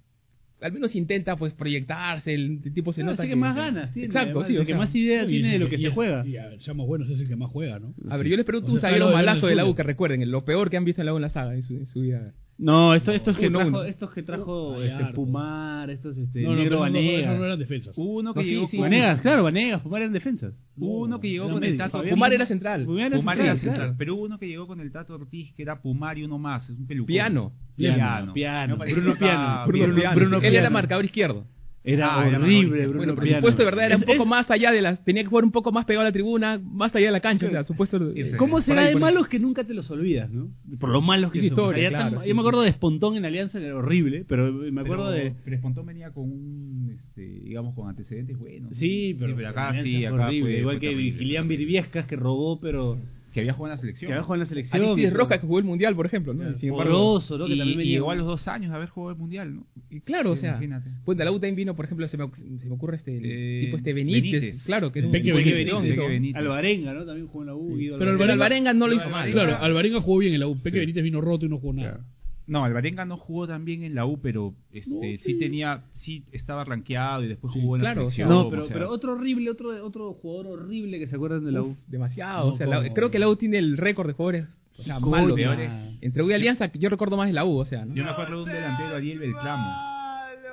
K: Al menos intenta pues proyectarse, el, el tipo se
B: Claro,
K: nota
B: así que más ganas tiene.
K: Exacto,
B: además,
K: sí, o
B: el que
K: sea.
B: más idea
E: Y-
B: tiene de lo
E: y-
B: que
E: y-
B: se juega.
E: Y, a ver, seamos buenos, es el que más juega, ¿no?
K: A ver, yo les pregunto
E: O
K: un
E: sea,
K: zaguero
E: claro,
K: malazo de la U
E: Venezuela.
K: que recuerden, lo peor que han visto en la U en la saga en su, en su vida.
B: No, esto- estos que
K: Uno,
B: Uh, trajo,
K: uno.
B: estos que trajo
E: Gallardo.
B: este, Fumar, estos este,
E: No, no,
B: Negro Uh,
E: pero no, no,
B: Vanegas.
E: esos no eran defensas.
C: Hubo uno que
K: No, sí,
C: llegó
K: sí,
C: con-
K: sí.
B: Vanegas, claro, Vanegas, Fumar en defensas.
C: hubo uno que llegó
B: Era
C: con el
B: médico.
C: Tato
B: Fabián
K: Pumar
B: Pumar-
K: era central.
B: Pumar era
C: Pumar
B: central,
C: era
B: claro.
C: central, pero hubo uno que llegó con el Tato Ortiz, que era Pumar y uno más, es un pelucón.
K: Piano.
B: Piano,
C: Piano.
B: piano,
C: Me parece
B: Bruno
C: que está
B: Piano,
C: bien.
B: Bruno Piano, Bruno
K: Él era
B: Piano.
K: marcador izquierdo.
B: Era
C: Ah, era
B: horrible,
C: mejor.
B: Bruno
K: bueno, pero
B: Piano.
K: su puesto, de ¿verdad? Era un
B: Es-
K: poco
B: es-
K: más allá de las... Tenía que jugar un poco más pegado a la tribuna, más allá de la cancha. O sea, su puesto...
C: Ese.
B: ¿Cómo
K: por
B: será de
K: ahí, por ahí.
B: malos que nunca te los olvidas, no? Por lo malos que
K: Es
B: son.
K: historia,
B: Allá tan-
K: claro, sí.
B: Yo me acuerdo de Spontón en Alianza, que era horrible, pero me acuerdo
C: pero,
B: de...
C: Pero Espontón venía con un, este, digamos, con antecedentes buenos.
B: Sí, pero,
C: acá
B: Alianza
C: sí,
B: fue
C: acá
B: horrible,
C: fue-
B: igual
C: fue
B: que
C: terrible.
B: Vigilian Virviescas que robó, pero
C: Que había jugado en la selección.
B: que abajo en la selección.
K: Alexis Rojas que jugó el Mundial, por ejemplo, ¿no? Y Sin embargo,
B: Poroso, ¿no? Que
C: y,
B: también
C: y
B: venía-
C: llegó a los dos años de haber jugado el mundial, ¿no?
K: y claro,
B: Eh,
K: o sea,
C: Imagínate.
K: pues de la U también vino, por ejemplo, se me, se me ocurre este el
C: Eh,
K: tipo este Benítez,
C: Benítez.
K: claro, que era un
E: Peque
K: buen
E: Benítez,
K: guión,
C: Peque
K: ¿no?
C: Benítez.
B: Alvarenga, ¿no? También jugó en la U. Guido
E: Pero
K: Pero Alvarenga no lo hizo
C: Alvarenga-
K: mal.
E: Claro, Alvarenga jugó bien en la U. Peque Benítez vino roto y no jugó nada.
C: No, Alvarenga no jugó tan bien en la U, pero este, sí. tenía, sí estaba rankeado y después jugó en
K: claro,
C: la
K: o sea,
C: selección.
B: No, pero,
C: o sea,
B: pero otro horrible, otro, otro jugador horrible que se acuerdan de la U.
K: Demasiado.
E: No,
K: o sea, la-
E: ¿cómo?
K: creo que la U tiene el récord de jugadores o sea, malos.
C: peores.
E: Ah.
K: Entre U y Alianza, que yo recuerdo más de la U, o sea, ¿no?
C: Yo me acuerdo de un delantero, Ariel Beltramo.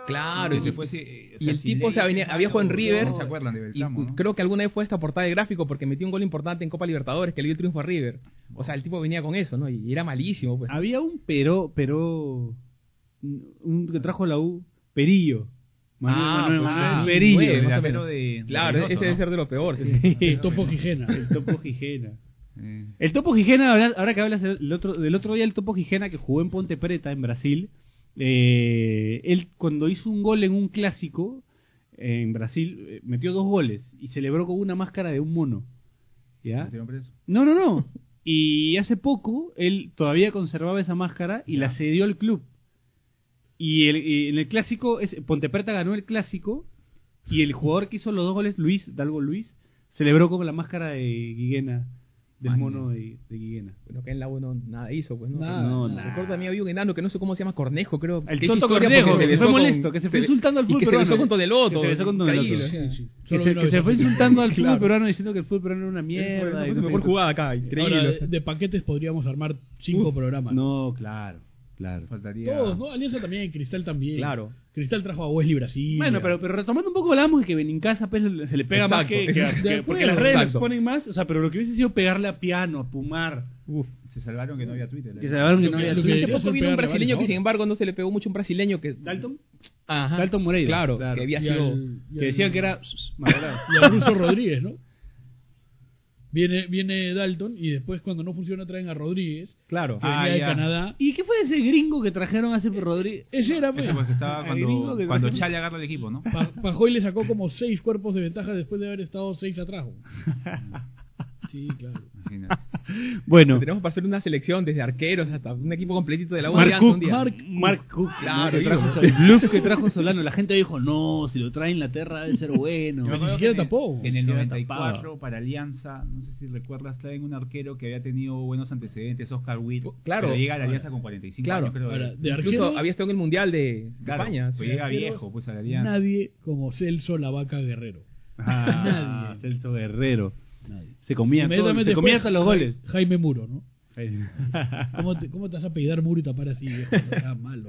K: Claro,
C: Que
K: y,
C: se fue, eh, o
K: y
C: sea,
K: el
C: sin
K: tipo
C: ley,
K: se venía-
C: sin
K: había jugado en
C: mano,
K: River.
C: ¿no? ¿Se acuerdan de
K: y
C: Beltramo? no?
K: creo que alguna vez fue esta portada de gráfico porque metió un gol importante en Copa Libertadores que le dio triunfo a River. O sea, el tipo venía con eso, ¿no? Y era malísimo, pues.
B: Había un pero, pero. Un que trajo la U, Perillo. Manuel,
K: Ah,
B: Manuel,
K: pues,
B: Manuel
K: ah,
B: Perillo.
K: nueve,
C: el
K: más o
C: delantero
K: menos.
C: de- de
K: Claro,
C: Reynoso,
K: ese debe
C: ¿no?
K: ser de lo peor, sí.
E: El topo Gijena.
B: El Topo Gijena.
C: Eh,
B: El Topo Gijena, ahora- ahora que hablas del otro, del otro día, el Topo Gijena que jugó en Ponte Preta, en Brasil, eh, él cuando hizo un gol en un clásico eh, en Brasil, eh, metió dos goles y celebró con una máscara de un mono.
K: ¿Ah?
B: ¿Ya?
C: metieron preso.
B: No, no, no. Y hace poco él todavía conservaba esa máscara y la cedió al club. Y, el- y en el clásico, es, Ponteperta ganó el clásico y el jugador que hizo los dos goles, Luis, Dalgo Luis, celebró con la máscara de Guiguena, del
C: Ay,
B: mono
C: no.
B: de, de Guiguena.
K: Bueno, que en la U no nada hizo, pues, ¿no?
E: Nada,
K: no,
B: nada.
K: Recuerdo también había un enano que no sé cómo se llama, Cornejo, creo.
B: El
K: que hizo
B: Toto
K: historia
B: Cornejo,
K: porque
B: que se fue
K: besó con-
B: molesto, que se fue
K: le-
B: insultando al
K: Y
B: fútbol
K: que se besó
B: peruano.
K: con Todeloto.
B: Que se besó con Todeloto,
K: increíble,
B: sí,
K: o sea.
B: Que
E: Solo
B: se,
E: una
B: que
E: vez
B: se
E: al
B: fue
E: final.
B: insultando al
K: Claro.
B: fútbol peruano diciendo que el fútbol peruano era una
K: Fue
B: mierda.
K: la
B: y no sé
K: mejor
B: qué.
K: jugada acá, increíble.
E: Ahora,
K: o sea.
E: de paquete podríamos armar cinco programas.
B: No, claro. Claro.
C: Faltaría.
E: Todos, ¿no? Alianza también, Cristal también.
K: Claro.
E: Cristal trajo a Wesley Brasil.
B: Bueno, pero, pero retomando un poco, hablamos de que Benincasa pues, se le pega más que,
K: Exacto,
B: que-
K: exacto.
B: que-
K: De
B: Porque
K: acuerdo,
B: las redes lo
K: exacto.
B: exponen más. O sea, pero lo que hubiese sido pegarle a piano, a pumar.
C: Uf, se salvaron que no había Twitter.
K: ¿eh?
B: Que se hablaron que no
E: que-
B: había
E: lo que
B: Twitter.
K: Hace
E: Debería
K: poco
E: ser
K: vino un
E: pegarle,
K: brasileño
E: vale,
K: que,
E: no.
K: sin embargo, no se le pegó mucho un brasileño que.
B: Dalton.
K: Ajá.
B: Dalton Moreira.
K: Claro, que había
E: Y
K: sido.
E: al- y
B: Que
E: al-
B: decían que era.
E: Y al ruso Rodríguez, ¿no? Viene, viene Dalton y después cuando no funciona traen a Rodríguez,
K: Claro.
E: que
C: Ah,
E: venía de Canadá.
B: ¿Y qué fue ese gringo que trajeron hace Rodríguez?
E: Ese era, pues.
C: Eso porque estaba
B: Ah, gringo
C: cuando,
B: que-
C: cuando Chale agarra el equipo, ¿no?
E: Pa- Pajoy le sacó como seis cuerpos de ventaja después de haber estado seis atrás. güey. Sí, claro.
C: Imagínate.
B: Bueno,
K: Tenemos para hacer una selección desde arqueros hasta un equipo completito de la U.
B: Mark
K: ya,
B: Cook,
K: un día.
B: Mark, Mark Cook,
K: Claro,
B: que trajo
K: ídolo.
B: Sol- el bluff que trajo Solano. La gente dijo, no, si lo trae a Inglaterra debe ser bueno.
C: Yo me
E: ni
C: acuerdo
E: siquiera
C: que en el-
E: tapó.
C: En el
B: Ni siquiera
C: 94,
B: tapaba.
C: para Alianza, no sé si recuerdas, traen un arquero que había tenido buenos antecedentes, Oscar Witt.
K: Fu- claro.
C: Pero llega a la Alianza con 45
K: Claro,
C: años, creo.
E: Ahora, de
K: Incluso
E: arquero,
K: había estado en el Mundial de de
C: Claro,
K: España.
C: pues llega
E: arqueros,
C: viejo, pues a la Alianza.
E: nadie como Celso la vaca guerrero.
B: Ah,
E: Nadie.
B: Celso Guerrero. Se comía, todo,
E: Inmediatamente
B: se comía
E: después,
B: hasta los goles.
E: Ja- Jaime Muro, ¿no? ¿Cómo te, cómo te vas a pedir Muro y tapar así, viejo? Ah, malo.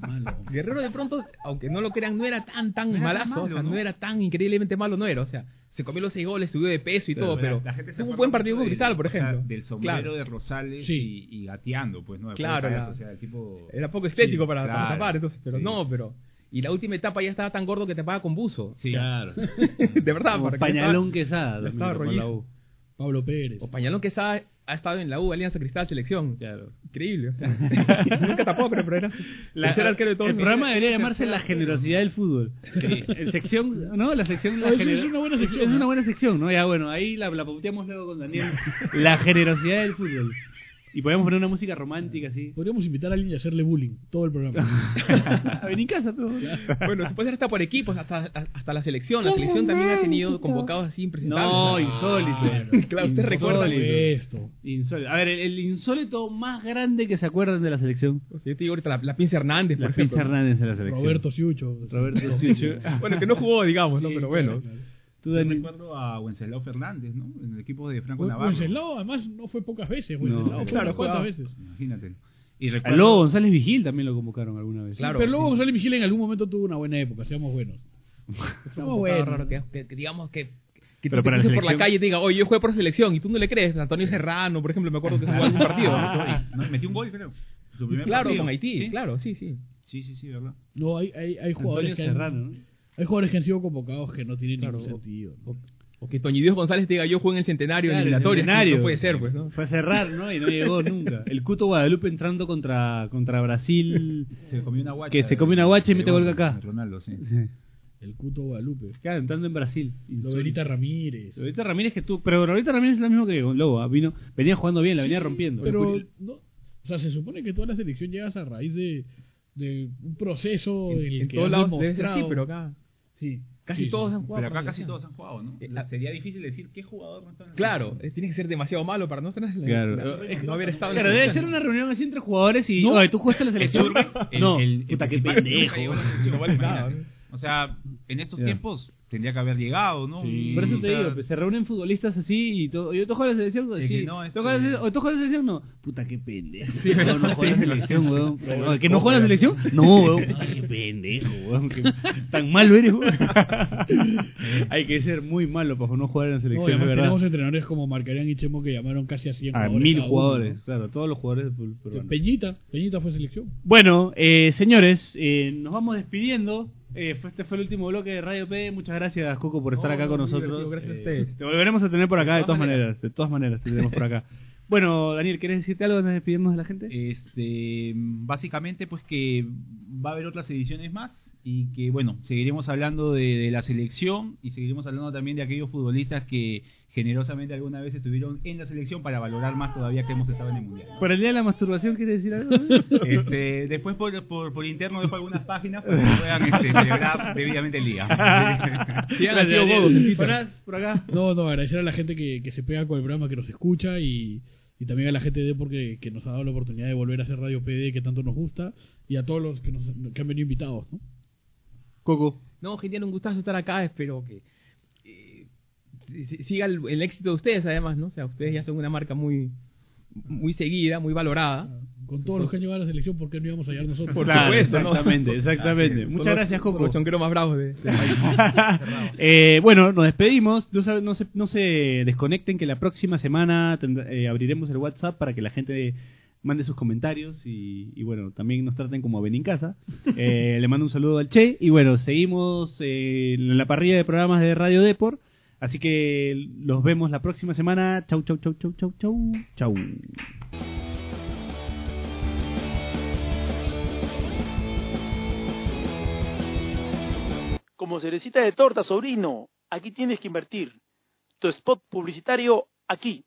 E: malo.
K: Guerrero de pronto, aunque no lo crean, no era tan tan
C: No era tan
K: malazo, o
C: malo,
K: sea, ¿no?
C: ¿no?
K: era tan increíblemente malo, no era, o sea, se comió los seis goles, subió de peso y todo, pero
C: la gente se
K: tuvo un
C: acuerda mucho
K: buen partido con
C: del-
K: Cristal, por
C: o sea,
K: ejemplo.
C: del sombrero
K: Claro.
C: de Rosales
E: Sí.
C: y, y gateando, pues, ¿no? Después
K: Claro,
C: de
K: la-
C: Rosales, o sea, el tipo...
K: Era poco estético
C: Sí,
K: para, para
C: claro,
K: tapar, entonces, pero
C: sí.
K: no, pero y la última etapa ya estaba tan gordo que tapaba con buzo.
C: Sí.
B: Claro.
K: de verdad,
B: Como
K: para que
B: pañalón quesada.
K: ya
B: también
K: estaba
B: tocó la
K: rollizo.
B: U.
E: Pablo Pérez.
K: estaba- o Pañalón que sa- ha estado en la U, Alianza Cristal, selección.
B: Claro.
K: Increíble, o sea, nunca tapó, pero, pero era
B: La-
K: tercer arquero de todo
B: el programa debería llamarse La generosidad del fútbol. El sección, no, la sección la
E: Eso es
B: gener-
E: una buena
B: es-
E: sección,
B: Es
E: ¿no?
B: una buena sección, ¿no? Ya bueno, ahí la, la pauteamos luego con Daniel. La generosidad del fútbol. Y podemos poner una música romántica así.
E: Podríamos invitar a alguien y hacerle bullying todo el programa.
B: A ver en casa, pero-
K: Bueno, se puede hacer hasta por equipos, hasta, hasta la selección. La selección también ha tenido convocados así impresentables.
B: No,
K: O sea,
B: insólito.
K: Claro, usted recuerda,
E: Por
B: Insólito.
E: esto.
B: Insólito. A ver, el, el insólito más grande que se acuerdan de la selección.
K: O sea, yo te digo ahorita la, la Pinza Hernández, por
B: La
K: ejemplo.
B: Pinza Hernández de la selección.
E: Roberto Siucho.
B: Roberto Siucho.
K: Bueno, que no jugó, digamos, ¿no? Pero bueno.
B: Tú,
C: Yo
B: Daniel.
C: recuerdo a Wenceslao Fernández, ¿no? En el equipo de Franco
E: Wen-
C: Navarro.
E: Wenceslao, además, no fue pocas veces. Wenceslao, fue
K: claro,
E: unas cuantas
K: jugaba.
E: veces.
C: Imagínate. Y
B: A
C: recuerdo...
B: Lobo González Vigil también lo convocaron alguna vez.
K: Claro.
E: Pero luego
K: sí.
E: González Miguel en algún momento tuvo una buena época, seamos buenos.
K: Fue
E: Seamos
K: un
E: buenos.
K: jugador raro que, que- que digamos que. Que
B: Pero
K: tú te
B: para la
K: cruces por la
B: selección.
K: calle y te diga, oye, yo jugué por selección, y tú no le crees. Antonio Serrano, por ejemplo, me acuerdo que jugó algún partido.
B: Ah,
C: No, metió un gol, creo. Su primer
K: claro,
C: partido.
K: con Haití,
C: ¿Sí?
K: claro, sí, sí.
C: Sí, sí, sí, verdad.
E: No, hay, hay, hay
B: Antonio
E: jugadores que han,
B: Serrano, ¿no?
E: hay jugadores que han sido convocados que no tienen
K: Claro,
E: ningún sentido. ¿no?
K: O, o que Toño Dios González te diga, yo jugué en el centenario,
B: Claro,
K: en
B: el
K: eliminatorias.
B: centenario.
K: No puede ser, pues, ¿no?
B: Fue a cerrar, ¿no? Y no llegó nunca. El Cuto Guadalupe entrando contra, contra Brasil.
C: Se comió una guacha.
B: Que se comió una guacha y mete gol acá.
C: Ronaldo, sí.
E: El Cuto Guadalupe.
B: Claro, entrando en Brasil.
E: Loberita Ramírez.
B: Lobita Ramírez que tú. Pero Lobita Ramírez es lo mismo que con Lobo. ah, Vino, venía jugando bien, la venía rompiendo.
E: Pero, no, o sea, se supone que toda la selección llegas a raíz de, de un proceso en, el
K: En
E: que
K: todos
E: han
K: lados debe ser
E: demostrado-
K: así, pero acá.
E: Sí,
K: Casi
E: sí,
K: todos
E: sí.
K: han jugado.
C: Pero
K: por
C: acá casi
K: selección.
C: todos han jugado, ¿no?
K: Eh,
C: La-
K: ah.
C: Sería difícil decir qué jugador no está en la
K: Claro,
C: selección.
K: eh, tiene que ser demasiado malo para no estar en la-
B: Claro.
K: la-
B: Es que-
K: no haber estado en la
B: Claro, debe ser
K: selección.
B: una reunión así entre jugadores y.
E: No.
B: Oye, tú jugaste en la selección.
C: El-
B: no,
C: el- el
B: puta, qué
C: principal nunca
B: pendejo.
C: llegó a la selección,
K: No vale nada,
C: imagínate. O sea, en estos
B: Ya.
C: tiempos tendría que haber llegado, ¿no?
E: Sí.
B: Por eso te
C: O sea,
B: digo, pues, se reúnen futbolistas así y todo. Yo toco la selección,
C: Es
B: sí.
C: que no, este-
B: ¿Tú juegas la selección? ¿O tú juegas la selección? No. Puta, qué pendejo. no, no juegas la selección, weón. No, ¿Que no juegas la selección? No, weón. Puta, qué pendejo, weón. que tan malo eres, weón. Hay que ser muy malo para no jugar en la
E: No,
B: selección,
E: además
B: de
E: tenemos
B: verdad.
E: entrenadores como Marcarián y Chemo que llamaron casi a 100
B: A
E: jugadores
B: mil
E: cada uno,
B: jugadores,
E: ¿no?
B: claro, todos los jugadores del fútbol peruano.
E: Peñita, Peñita fue selección.
B: Bueno, eh, señores, eh, nos vamos despidiendo. Eh, fue- este fue el último bloque de Radio P. Muchas gracias, Coco, por estar
K: No,
B: acá con
K: no,
B: nosotros.
K: divertido, Gracias a
B: Eh,
K: ustedes.
B: Te volveremos a tener por acá de todas,
K: todas
B: maneras. De todas maneras, te tenemos por acá. Bueno, Daniel, ¿quieres decirte algo antes de despedirnos de la gente?
C: Este, básicamente, pues que va a haber otras ediciones más y que, bueno, seguiremos hablando de, de la selección y seguiremos hablando también de aquellos futbolistas que generosamente alguna vez estuvieron en la selección para valorar más todavía que hemos estado en el mundial.
B: ¿Para el día de la masturbación quieres decir algo?
C: Este, después por, por, por interno dejo algunas páginas para que puedan este, celebrar debidamente el día.
B: Gracias,
K: sido
B: Daniel.
K: bobos en Twitter.
B: Horas, por acá.
E: No, no, agradecer a la gente que, que se pega con el programa, que nos escucha y, y también a la gente de porque que nos ha dado la oportunidad de volver a hacer Radio PD que tanto nos gusta y a todos los que, nos, que han venido invitados. ¿no?
B: Coco.
K: No, genial, un gustazo estar acá. Espero que eh, si- si- siga el, el éxito de ustedes, además, ¿no? O sea, ustedes ya son una marca muy muy seguida, muy valorada.
E: con todos los que han llegado a la selección, ¿por qué no íbamos a hallar nosotros?
L: Por
B: Claro,
L: supuesto, ¿no?
B: exactamente, exactamente.
L: Así es.
B: Muchas
L: Son los-
B: gracias,
K: Con
B: Coco.
K: Los chonqueros más bravos de...
B: Eh, bueno, nos despedimos. No, sabe- no se, no se desconecten que la próxima semana tendrá- eh, abriremos el WhatsApp para que la gente mande sus comentarios y, y bueno, también nos traten como a en casa. Eh, le mando un saludo al Che y bueno, seguimos eh, en la parrilla de programas de Radio Depor. Así que los vemos la próxima semana. Chau, chau, chau, chau, chau, chau, chau.
A: Como cerecita de torta, sobrino, aquí tienes que invertir. Tu spot publicitario aquí.